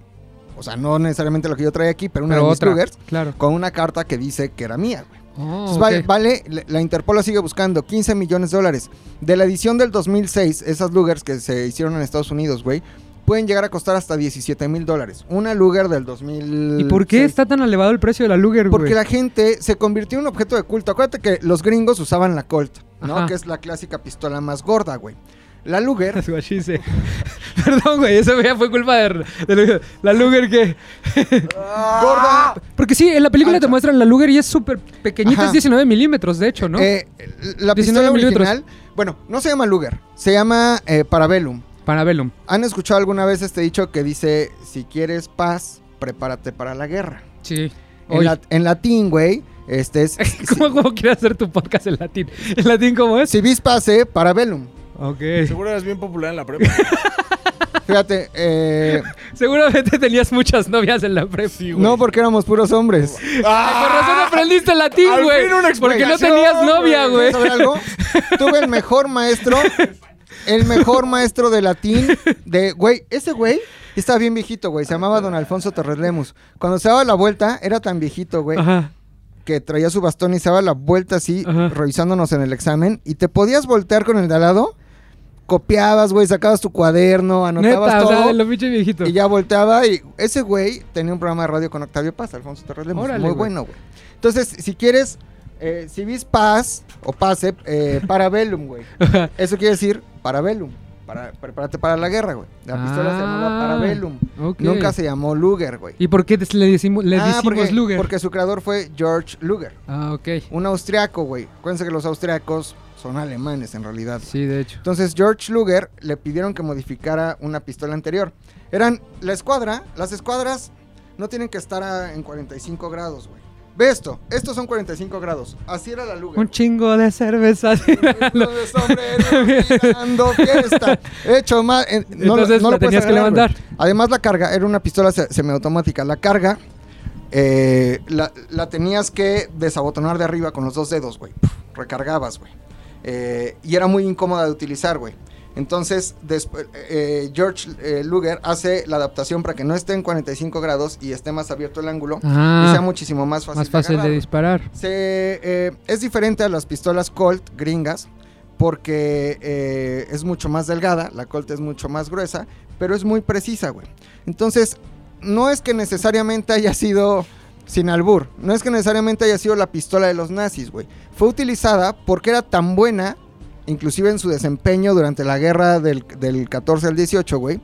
S3: O sea, no necesariamente lo que yo traía aquí, pero una
S2: pero
S3: de mis
S2: otra.
S3: Lugers,
S2: Claro.
S3: con una carta que dice que era mía, güey.
S2: Oh,
S3: Entonces,
S2: ok.
S3: vale, vale, la- la Interpol lo sigue buscando, 15 millones de dólares. De la edición del 2006, esas Lugers que se hicieron en Estados Unidos, güey, pueden llegar a costar hasta 17 mil dólares. Una Luger del 2000.
S2: ¿Y por qué está tan elevado el precio de la Luger, güey?
S3: Porque la gente se convirtió en un objeto de culto. Acuérdate que los gringos usaban la Colt, ¿no?
S2: Ajá.
S3: Que es la clásica pistola más gorda, güey. La Luger
S2: That's what she said. Perdón, güey, eso ya fue culpa de, de la Luger que...
S1: Ah.
S3: gorda.
S2: Porque sí, en la película
S3: Ancha.
S2: te muestran la Luger y es súper pequeñita,
S3: Ajá.
S2: es 19 milímetros, de hecho, ¿no?
S3: eh, la
S2: 19
S3: pistola
S2: milímetros.
S3: original, bueno, no se llama Luger, se llama eh, Parabellum.
S2: Parabellum.
S3: ¿Han escuchado alguna vez este dicho que dice, si quieres paz, prepárate para la guerra?
S2: Sí.
S3: En, la- en latín, güey, este es...
S2: ¿Cómo, ¿Cómo quieres hacer tu podcast en latín? ¿En latín cómo es?
S3: Si vis pase, parabellum.
S2: Ok.
S1: Seguro eras bien popular en la prepa.
S3: Fíjate, eh,
S2: Seguramente tenías muchas novias en la prepa.
S1: Sí, güey.
S3: no porque éramos puros hombres.
S2: Ay, Con razón
S1: Ah.
S3: Ah.
S2: aprendiste latín,
S1: Al
S2: güey.
S1: fin una
S2: Porque no
S1: explicación,
S2: tenías novia, güey.
S3: ¿Quieres saber algo? Tuve el mejor maestro, el mejor maestro de latín de, güey, ese güey estaba bien viejito, güey, se llamaba Don Alfonso Torres Lemus. Cuando se daba la vuelta, era tan viejito, güey,
S2: Ajá.
S3: que traía su bastón y se daba la vuelta así,
S2: Ajá.
S3: revisándonos en el examen, y te podías voltear con el de al lado, copiabas, güey, sacabas tu cuaderno, anotabas
S2: Neta, o sea,
S3: todo.
S2: de lo pinche viejito.
S3: Y ya volteaba y ese güey tenía un programa de radio con Octavio Paz, Alfonso Torres Lemus.
S2: Órale,
S3: muy
S2: güey.
S3: bueno, güey. Entonces, si quieres, eh, si vis paz o pase, eh, parabellum, güey.
S2: Ajá.
S3: Eso quiere decir parabellum. Para, prepárate para la guerra, güey. La pistola se llamaba
S2: Ah,
S3: parabellum.
S2: ok.
S3: Nunca se llamó Luger, güey.
S2: ¿Y por qué des- le decimos, le
S3: Ah,
S2: decimos
S3: porque,
S2: Luger?
S3: Porque su creador fue George Luger,
S2: Ah, ok.
S3: un austriaco, güey. Acuérdense que los austriacos son alemanes en realidad.
S2: Sí, de hecho.
S3: Entonces George Luger le pidieron que modificara una pistola anterior. Eran la escuadra, las escuadras no tienen que estar a- en 45 grados, güey. Ve esto, estos son 45 grados. Así era la Luger.
S2: Un chingo de cerveza.
S3: Lo de sombrero, tirando fiesta. Hecho más, eh, no, lo-
S2: Entonces
S3: no
S2: la
S3: lo puedes
S2: tenías que
S3: agregar, güey.
S2: levantar.
S3: Además la carga era una pistola se- semiautomática. La carga eh, la, la tenías que desabotonar de arriba con los dos dedos, güey. Puf, Recargabas, güey. Eh, y era muy incómoda de utilizar, güey. Entonces, despu- eh, George eh, Luger hace la adaptación para que no esté en 45 grados y esté más abierto el ángulo y sea
S2: Ah,
S3: muchísimo más fácil.
S2: más fácil de
S3: agarrar, güey.
S2: disparar.
S3: Se, eh, es diferente a las pistolas Colt gringas porque eh, es mucho más delgada, la Colt es mucho más gruesa, pero es muy precisa, güey. Entonces, no es que necesariamente haya sido sin albur, no es que necesariamente haya sido la pistola de los nazis, güey. Fue utilizada porque era tan buena, inclusive en su desempeño durante la guerra del, del 14 al 18, güey,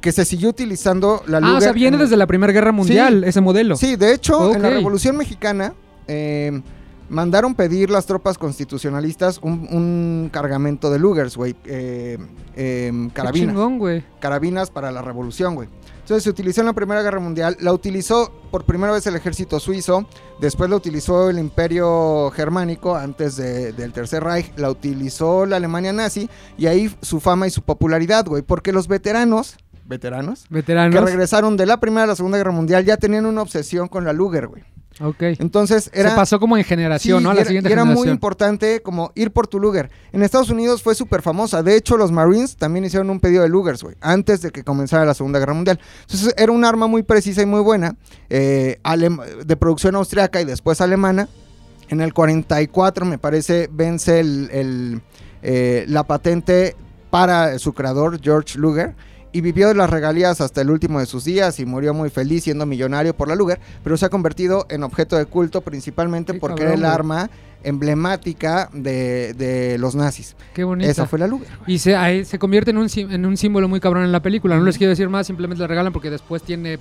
S3: que se siguió utilizando la
S2: Ah, o sea,
S3: Luger
S2: viene
S3: en-
S2: desde la Primera Guerra Mundial ese modelo.
S3: Sí, de hecho, en la
S2: Ok.
S3: Revolución Mexicana eh, mandaron pedir las tropas constitucionalistas un, un cargamento de Lugers, güey. eh, eh,
S2: Qué
S3: carabinas.
S2: chingón, güey.
S3: Carabinas para la revolución, güey. Entonces se utilizó en la Primera Guerra Mundial, la utilizó por primera vez el ejército suizo, después la utilizó el imperio germánico antes de- del Tercer Reich, la utilizó la Alemania nazi y ahí su fama y su popularidad, güey, porque los veteranos, veteranos, que
S2: Veteranos.
S3: regresaron de la Primera a la Segunda Guerra Mundial ya tenían una obsesión con la Luger, güey.
S2: Ok.
S3: Entonces era...
S2: Se pasó como en
S3: sí,
S2: generación, ¿no? A
S3: y
S2: la
S3: era-
S2: siguiente
S3: y era muy
S2: generación.
S3: importante como ir por tu Luger. En Estados Unidos fue súper famosa. De hecho, los Marines también hicieron un pedido de Lugers, güey, antes de que comenzara la Segunda Guerra Mundial. Entonces era un arma muy precisa y muy buena, eh, alem- de producción austriaca y después alemana. En el 44, me parece, vence el- el, eh, la patente para su creador, George Luger. Y vivió de las regalías hasta el último de sus días y murió muy feliz siendo millonario por la Luger, pero se ha convertido en objeto de culto principalmente
S2: Qué
S3: porque
S2: cabrón,
S3: era el
S2: güey.
S3: arma emblemática de, de los nazis.
S2: Qué bonito.
S3: Esa fue la Luger.
S2: Y se, ahí se convierte en un, sim- en un símbolo muy cabrón en la película. No les quiero decir más, simplemente la regalan porque después tiene.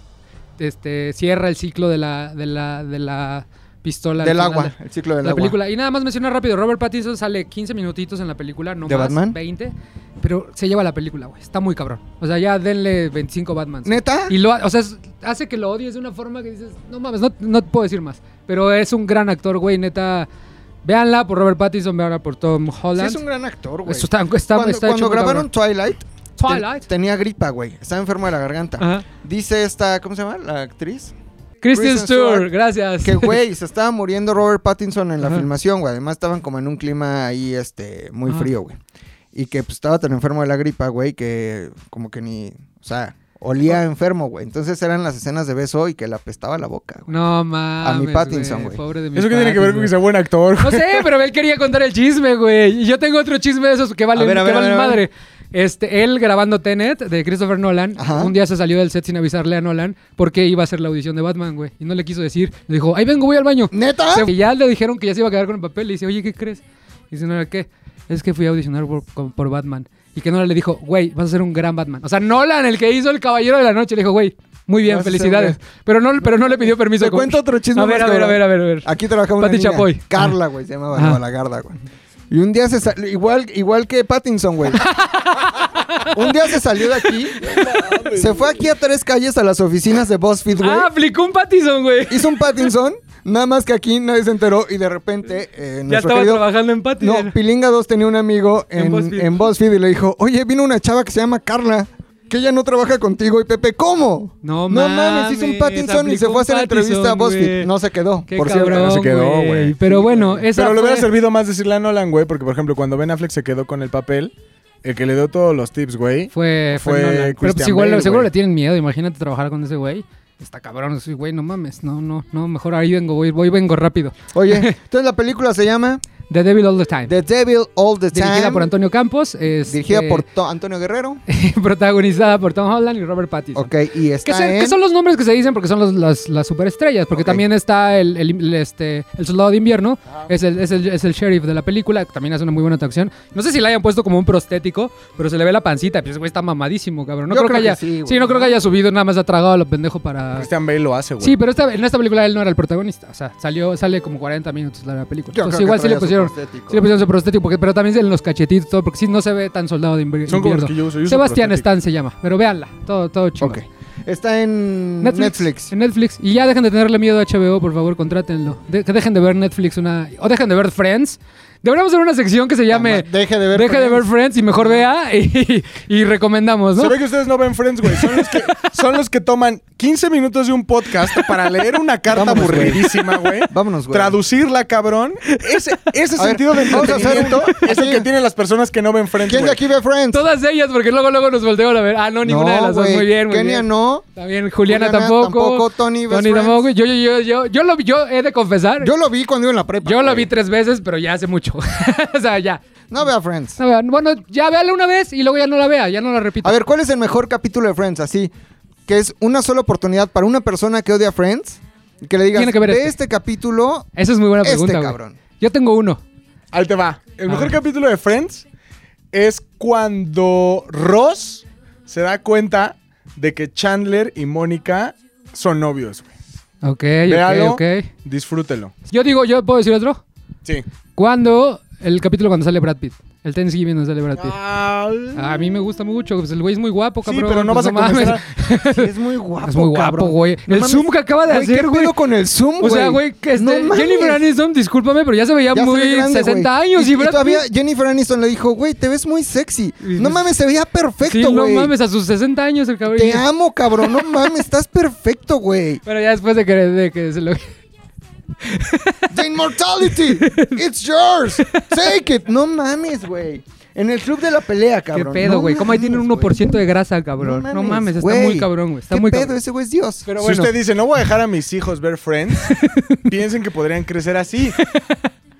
S2: Este, cierra el ciclo de la, de la, de la pistola. al
S3: Del
S2: final
S3: agua,
S2: de-
S3: el ciclo del
S2: la
S3: agua.
S2: película. Y nada más mencionar rápido, Robert Pattinson sale 15 minutitos en la película, no
S3: ¿De
S2: más,
S3: Batman?
S2: 20, pero se lleva la película, güey. Está muy cabrón. O sea, ya denle 25 Batmans.
S3: ¿Neta?
S2: Y lo, ha- o sea, es- hace que lo odies de una forma que dices, no mames, no, no te puedo decir más. Pero es un gran actor, güey, neta. Véanla por Robert Pattinson, véanla por Tom
S3: Sí,
S2: Holland.
S3: es un gran actor, güey.
S2: Eso está, está-
S3: cuando
S2: está
S3: cuando
S2: hecho muy
S3: grabaron Twilight, te-
S2: cabrón. Twilight.
S3: tenía gripa, güey. Estaba enfermo de la garganta.
S2: Ajá.
S3: Dice esta, ¿cómo se llama? La actriz.
S2: Kristen
S3: Kristen
S2: Stewart,
S3: Stewart.
S2: gracias.
S3: Que güey, se estaba muriendo Robert Pattinson en la
S2: Ajá.
S3: filmación, güey. Además estaban como en un clima ahí, este, muy
S2: Ajá.
S3: frío, güey. Y que pues, estaba tan enfermo de la gripa, güey, que como que ni, o sea,
S2: Ah.
S3: olía enfermo, güey. Entonces eran las escenas de beso y que le apestaba la boca, güey.
S2: no mames.
S3: Pattinson, güey.
S2: Pobre de mi
S1: ¿Eso qué tiene que ver con que
S2: Pattinson.
S1: sea buen actor?
S2: No sé, pero él quería contar el chisme, güey. Y yo tengo otro chisme de esos que valen,
S3: A ver, a
S2: que
S3: ver, a
S2: valen
S3: ver, a
S2: madre.
S3: ver.
S2: Este, él grabando Tenet de Christopher Nolan,
S3: Ajá.
S2: un día se salió del set sin avisarle a Nolan porque iba a hacer la audición de Batman, güey. Y no le quiso decir. Le dijo, ahí vengo, voy al baño.
S3: ¿Neta?
S2: Se- Y ya le dijeron que ya se iba a quedar con el papel. Le dice, oye, ¿qué crees? Y dice, Nolan, ¿qué? Es que fui a audicionar por, con- por Batman. Y que Nolan le dijo, güey, vas a ser un gran Batman. O sea, Nolan, el que hizo El Caballero de la Noche, le dijo, güey, muy bien,
S3: Vas a ser un
S2: felicidades. Pero no, pero no le pidió permiso.
S3: Te
S2: como-
S3: cuento otro chisme
S2: A ver,
S3: más,
S2: a ver, a
S3: cabrón.
S2: ver, a ver, a ver.
S3: Aquí trabajaba una
S2: Pati
S3: niña,
S2: Chapoy.
S3: Carla, güey, se llamaba
S2: Ajá.
S3: no, la Garda, güey. Y un día se salió, igual, igual que Pattinson, güey. un día se salió de aquí, se fue aquí a tres calles a las oficinas de BuzzFeed, güey.
S2: Ah, aplicó un Pattinson, güey.
S3: Hizo un Pattinson, nada más que aquí nadie se enteró y de repente eh,
S2: Ya
S3: nuestro
S2: estaba
S3: querido-
S2: trabajando en Patty.
S3: No, Pilinga 2 tenía un amigo
S2: En
S3: en, en,
S2: BuzzFeed.
S3: BuzzFeed. y le dijo, oye, vino una chava que se llama Carla, que ella no trabaja contigo. Y Pepe, ¿cómo?
S2: No
S3: hizo
S2: mames,
S3: un Pattinson y
S2: aplicó
S3: se fue a hacer
S2: un
S3: entrevista a
S2: Pattinson,
S3: BuzzFeed.
S2: güey.
S3: No se quedó.
S2: Qué
S3: por cierto.
S2: cabrón,
S1: se quedó, güey.
S2: Pero bueno, esa
S1: Pero le
S2: fue-
S1: hubiera servido más decirle a Nolan, güey, porque por ejemplo, cuando Ben Affleck se quedó con el papel, el que le dio todos los tips, güey.
S2: fue, fue
S1: fue
S2: Nolan. Pero pues
S1: Christian
S2: igual
S1: Bale,
S2: seguro
S1: güey.
S2: le tienen miedo, imagínate trabajar con ese güey. Está cabrón, ese güey, no mames. No, no, no, mejor ahí vengo, voy, voy vengo rápido.
S3: Oye, entonces la película se llama
S2: The Devil All the Time.
S3: The Devil All the Time.
S2: dirigida por Antonio Campos, es,
S3: dirigida por To- Antonio Guerrero.
S2: protagonizada por Tom Holland y Robert Pattinson.
S3: Ok, y está
S2: Que, se- que
S3: en...
S2: son los nombres que se dicen porque son los- las, las superestrellas. Porque
S3: Ok.
S2: también está el, el- el, este, el soldado de invierno. Es el, es, el, es el sheriff de la película. que También hace una muy buena atracción. No sé si le hayan puesto como un prostético, pero se le ve la pancita. Pues ese güey está mamadísimo, cabrón. No
S3: Yo
S2: creo,
S3: creo
S2: que
S3: que
S2: haya.
S3: sí,
S2: Sí,
S3: güey.
S2: no creo que haya subido nada más atragado a lo pendejo para.
S1: Christian Bale lo hace, güey.
S2: ah. Sí, pero esta, en esta película él no era el protagonista. O sea, salió, sale como 40 minutos la película.
S3: Yo
S2: Entonces
S3: creo que
S2: igual sí le
S3: traía su
S2: pusieron.
S3: prostético.
S2: Sí le pusieron su prostético, porque- pero también en los cachetitos, todo, porque sí no se ve tan soldado de inver-
S1: Son como los
S2: invierno.
S1: que yo uso. yo uso
S2: Sebastián
S1: prostético.
S2: Stan se llama, pero véanla, todo, todo chido.
S3: Ok. Está en Netflix.
S2: En Netflix. Y ya dejen de tenerle miedo a HBO, por favor, contrátenlo. De- que dejen de ver Netflix una... O dejen de ver Friends Deberíamos hacer una sección que se llame
S3: Deje de ver.
S2: Deja de ver Friends y mejor vea y, y recomendamos,
S1: Se
S2: ¿no?
S1: ve que ustedes no ven Friends, güey. Son los que, son los que toman 15 minutos de un podcast para leer una carta
S3: Vámonos, güey.
S1: aburridísima, güey.
S3: Vámonos, güey.
S1: Traducirla, cabrón. Ese, ese
S3: A ver,
S1: sentido de
S3: vamos a hacer-
S1: entretenimiento es el
S3: Sí.
S1: que tienen las personas que no ven Friends,
S3: ¿Quién
S1: güey.
S3: de aquí ve Friends?
S2: Todas ellas, porque luego luego nos voltearon a ver. Ah, no, ninguna de las dos.
S3: güey.
S2: Muy bien, muy
S3: Kenia
S2: bien.
S3: no.
S2: También Juliana,
S3: Juliana
S2: tampoco.
S3: tampoco, Tony, best friends.
S2: tampoco. Yo, yo, yo, yo, yo lo vi- yo he de confesar.
S3: Yo
S2: Yo,
S3: lo vi cuando iba en la prepa.
S2: lo
S3: güey.
S2: vi tres veces, pero ya hace mucho. o sea, ya.
S3: No vea Friends.
S2: No, vea, bueno, ya véala una vez y luego ya no la vea, ya no la repita.
S3: A ver, ¿cuál es el mejor capítulo de Friends? Así, que es una sola oportunidad para una persona que odia Friends. y Que le digas,
S2: Tiene que ver
S3: ve
S2: este".
S3: este. capítulo.
S2: Esa es muy buena
S3: Este
S2: pregunta, güey.
S3: cabrón.
S2: Yo tengo uno.
S1: Ahí te va. El
S2: A
S1: mejor
S2: ver.
S1: capítulo de Friends es cuando Ross se da cuenta de que Chandler y Mónica son novios, güey.
S2: Ok,
S1: Véalo,
S2: ok, ok.
S1: disfrútelo.
S2: Yo digo, yo puedo decir otro.
S1: Sí.
S2: Cuando el capítulo cuando sale Brad Pitt, el Thanksgiving donde sale Brad Pitt. A mí me gusta mucho, pues el güey es muy guapo,
S1: Sí,
S2: Ah, cabrón.
S1: pero no
S2: pues
S1: vas a
S2: mames.
S1: comenzar.
S3: Sí, es muy guapo.
S2: Es muy guapo,
S3: cabrón.
S2: güey.
S3: No
S2: el
S3: mames.
S2: zoom que acaba de
S3: Güey, ¿qué
S2: hacer, güey.
S3: pedo con el zoom,
S2: O sea, güey, que
S3: No
S2: este,
S3: mames.
S2: Jennifer Aniston, discúlpame, pero ya se veía
S3: Ya se
S2: muy
S3: ve grande,
S2: 60
S3: güey.
S2: años. Y,
S3: Y, y
S2: Brad
S3: todavía
S2: Pitt-
S3: Jennifer Aniston le dijo, güey, te ves muy sexy.
S2: Y-
S3: No mames, se veía perfecto,
S2: Sí,
S3: güey.
S2: no mames, a sus 60 años el cabrón.
S3: Te amo, cabrón. No mames, estás perfecto, güey.
S2: Pero ya después de que, de que se lo...
S3: The immortality, it's yours. Take it. No mames, güey. En el club de la pelea, cabrón.
S2: ¿Qué pedo,
S3: No
S2: güey? ¿Cómo ahí tiene un
S3: mames,
S2: 1% de grasa, cabrón? No mames, está
S3: güey.
S2: muy cabrón, güey. Está
S3: ¿Qué
S2: muy
S3: pedo?
S2: cabrón.
S3: Ese güey es Dios.
S2: Pero
S1: si
S2: bueno,
S1: usted dice, no voy a dejar a mis hijos ver Friends, piensen que podrían crecer así.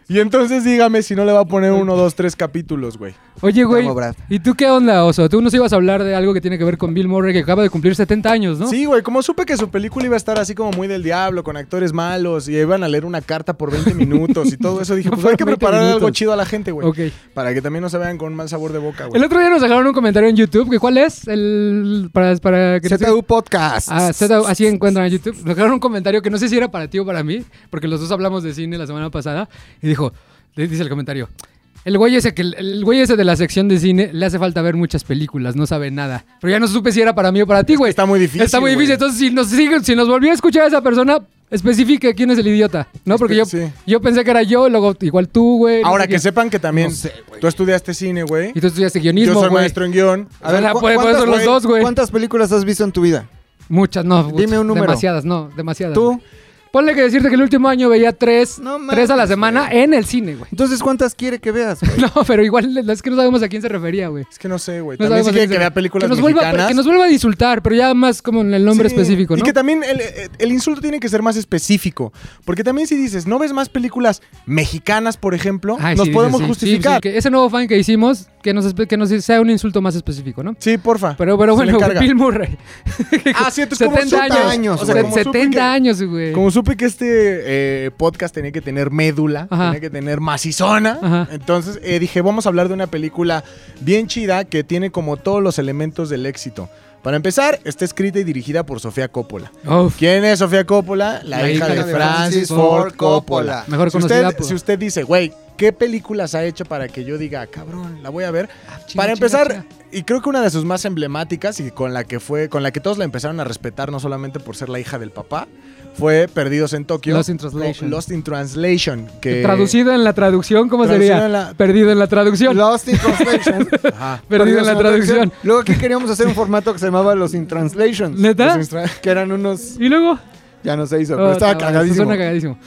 S1: Y entonces dígame si no le va a poner uno, dos, tres capítulos, güey.
S2: oye, güey,
S3: amo, Brad.
S2: ¿y tú qué onda, Oso? Tú nos ibas a hablar de algo que tiene que ver con Bill Murray, que acaba de cumplir 70 años, ¿no?
S1: Sí, güey, como supe que su película iba a estar así como muy del diablo, con actores malos, y iban a leer una carta por 20 minutos y todo eso, dije, pues hay que
S2: 20
S1: preparar algo
S2: minutos.
S1: chido a la gente, güey.
S2: Ok.
S1: Para que también no se vean con mal sabor de boca, güey.
S2: El otro día nos dejaron un comentario en YouTube, que ¿cuál es? El, para, para que
S3: ZU Podcast.
S2: Ah, Z- así encuentran en YouTube. Nos dejaron un comentario que no sé si era para ti o para mí, porque los dos hablamos de cine la semana pasada. Y dijo, le dice el comentario. El güey, ese que, el güey ese de la sección de cine le hace falta ver muchas películas, no sabe nada. Pero ya no supe si era para mí o para ti, güey.
S1: está muy difícil,
S2: Está muy difícil.
S1: güey.
S2: Entonces, si nos, sigue- si nos volvió a escuchar esa persona, especifique quién es el idiota. No, porque yo,
S1: Sí.
S2: yo pensé que era yo, luego igual tú, güey. no
S1: Ahora
S2: sé
S1: que
S2: quién.
S1: sepan que también tú estudiaste cine, güey.
S2: Y tú estudiaste
S1: Yo
S2: guionismo,
S1: soy
S2: güey.
S1: maestro en guión.
S2: A ver,
S3: ¿cu-
S2: puede- puede
S3: cuántas-
S2: ser los
S3: güey,
S2: dos, güey.
S3: ¿Cuántas películas has visto en tu vida?
S2: Muchas, no.
S3: Dime un número.
S2: Demasiadas, no, demasiadas.
S3: ¿Tú?
S2: Ponle que decirte que el último año veía tres,
S3: No mames,
S2: tres a la semana en el cine, güey.
S3: Entonces, ¿cuántas quiere que veas, güey?
S2: No, pero igual es que no sabemos a quién se refería, güey.
S1: Es que no sé, güey.
S2: No
S1: también
S2: sabemos
S1: sí
S2: a
S1: quiere
S2: quién
S1: que
S2: se-
S1: vea películas
S2: que nos
S1: mexicanas.
S2: Vuelva, que nos vuelva a insultar, pero ya más como en el nombre
S1: Sí,
S2: específico, ¿no?
S1: Y que también el, eh, el insulto tiene que ser más específico. Porque también si dices, ¿no ves más películas mexicanas, por ejemplo?
S2: Ay, sí,
S1: nos
S2: dices,
S1: podemos
S2: sí, sí,
S1: justificar.
S2: sí, que ese nuevo fan que hicimos, que nos, espe- que nos sea un insulto más específico, ¿no?
S1: Sí, porfa.
S2: Pero, pero
S1: Se
S2: bueno,
S1: le
S2: güey,
S1: carga.
S2: Bill Murray.
S1: Ah, sí, entonces como
S2: 70
S1: supe-
S2: años.
S3: años,
S1: o sea,
S3: güey.
S1: como supe
S2: 70
S1: que-
S2: años, güey.
S1: Como supe que este eh, podcast tenía que tener médula,
S2: Ajá.
S1: tenía que tener macizona,
S2: Ajá.
S1: entonces eh, dije, vamos a hablar de una película bien chida que tiene como todos los elementos del éxito. Para empezar, está escrita y dirigida por Sofía Coppola.
S2: Uf.
S1: ¿Quién es Sofía Coppola? La, hija, de, Francis Ford Coppola.
S2: Mejor
S1: si,
S2: conocida
S1: usted,
S2: por-
S1: si usted dice, güey, ¿qué películas ha hecho para que yo diga, cabrón, la voy a ver?
S2: Ah, chinga,
S1: para
S2: chinga,
S1: empezar,
S2: chinga.
S1: y creo que una de sus más emblemáticas y con la que fue, con la que todos la empezaron a respetar, no solamente por ser la hija del papá, fue Perdidos en Tokio.
S2: Lost in Translation.
S1: Lost in Translation. Que,
S2: Traducido en la traducción, ¿cómo
S1: eh, Traducido
S2: sería?
S1: en la-
S2: Perdido en la traducción.
S3: Lost in Translation.
S1: Ajá.
S2: Perdido en la traducción.
S3: Luego aquí queríamos hacer un formato que se llamaba Los in Translations.
S2: ¿Neta?
S1: Lost in Tran-
S3: Que eran unos.
S2: ¿Y luego?
S3: Ya no se hizo,
S2: Oh,
S3: pero estaba
S2: cabrón,
S3: cagadísimo.
S2: Suena cagadísimo.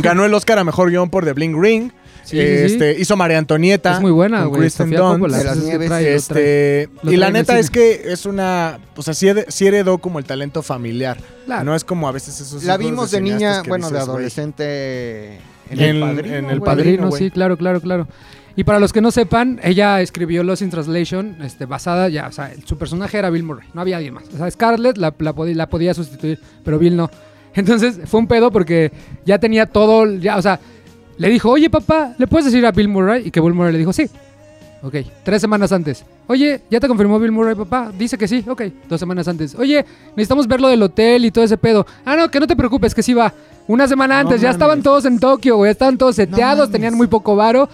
S1: Ganó el Oscar a mejor guión por The Bling Ring.
S2: Sí, sí, sí.
S1: este, Hizo María Antonieta.
S2: Es muy buena,
S1: con
S2: güey.
S1: Kristen
S2: Sofía
S1: Dunst.
S2: Coppola.
S3: de las
S2: Es que trae,
S3: nieves,
S2: lo trae.
S1: Este,
S2: lo
S1: y la
S2: traen al
S1: neta es
S2: cine.
S1: que es una, o sea, sí, hered- sí heredó como el talento familiar.
S2: Claro.
S1: No es como a veces esos
S3: La
S1: hijos
S3: vimos de
S1: cineastas
S3: niña,
S1: que
S3: bueno, de
S1: dices, güey,
S3: adolescente. En,
S1: En-
S3: el padrino.
S1: en el
S3: güey.
S1: Padrino,
S2: Padrino,
S1: güey.
S2: sí, claro, claro, claro. Y para los que no sepan, ella escribió Lost in Translation, este, basada ya, o sea, su personaje era Bill Murray, no había alguien más. O sea, Scarlett la, la, podía, la podía sustituir, pero Bill no. Entonces fue un pedo porque ya tenía todo, ya, o sea, le dijo, oye papá, ¿le puedes decir a Bill Murray? Y que Bill Murray le dijo, sí. Ok, tres semanas antes. Oye, ¿ya te confirmó Bill Murray, papá? Dice que sí. Ok, dos semanas antes. Oye, necesitamos verlo del hotel y todo ese pedo. Ah, no, que no te preocupes, que sí va. Una semana antes, ya estaban todos en Tokio, güey. Estaban todos seteados, tenían muy poco varo.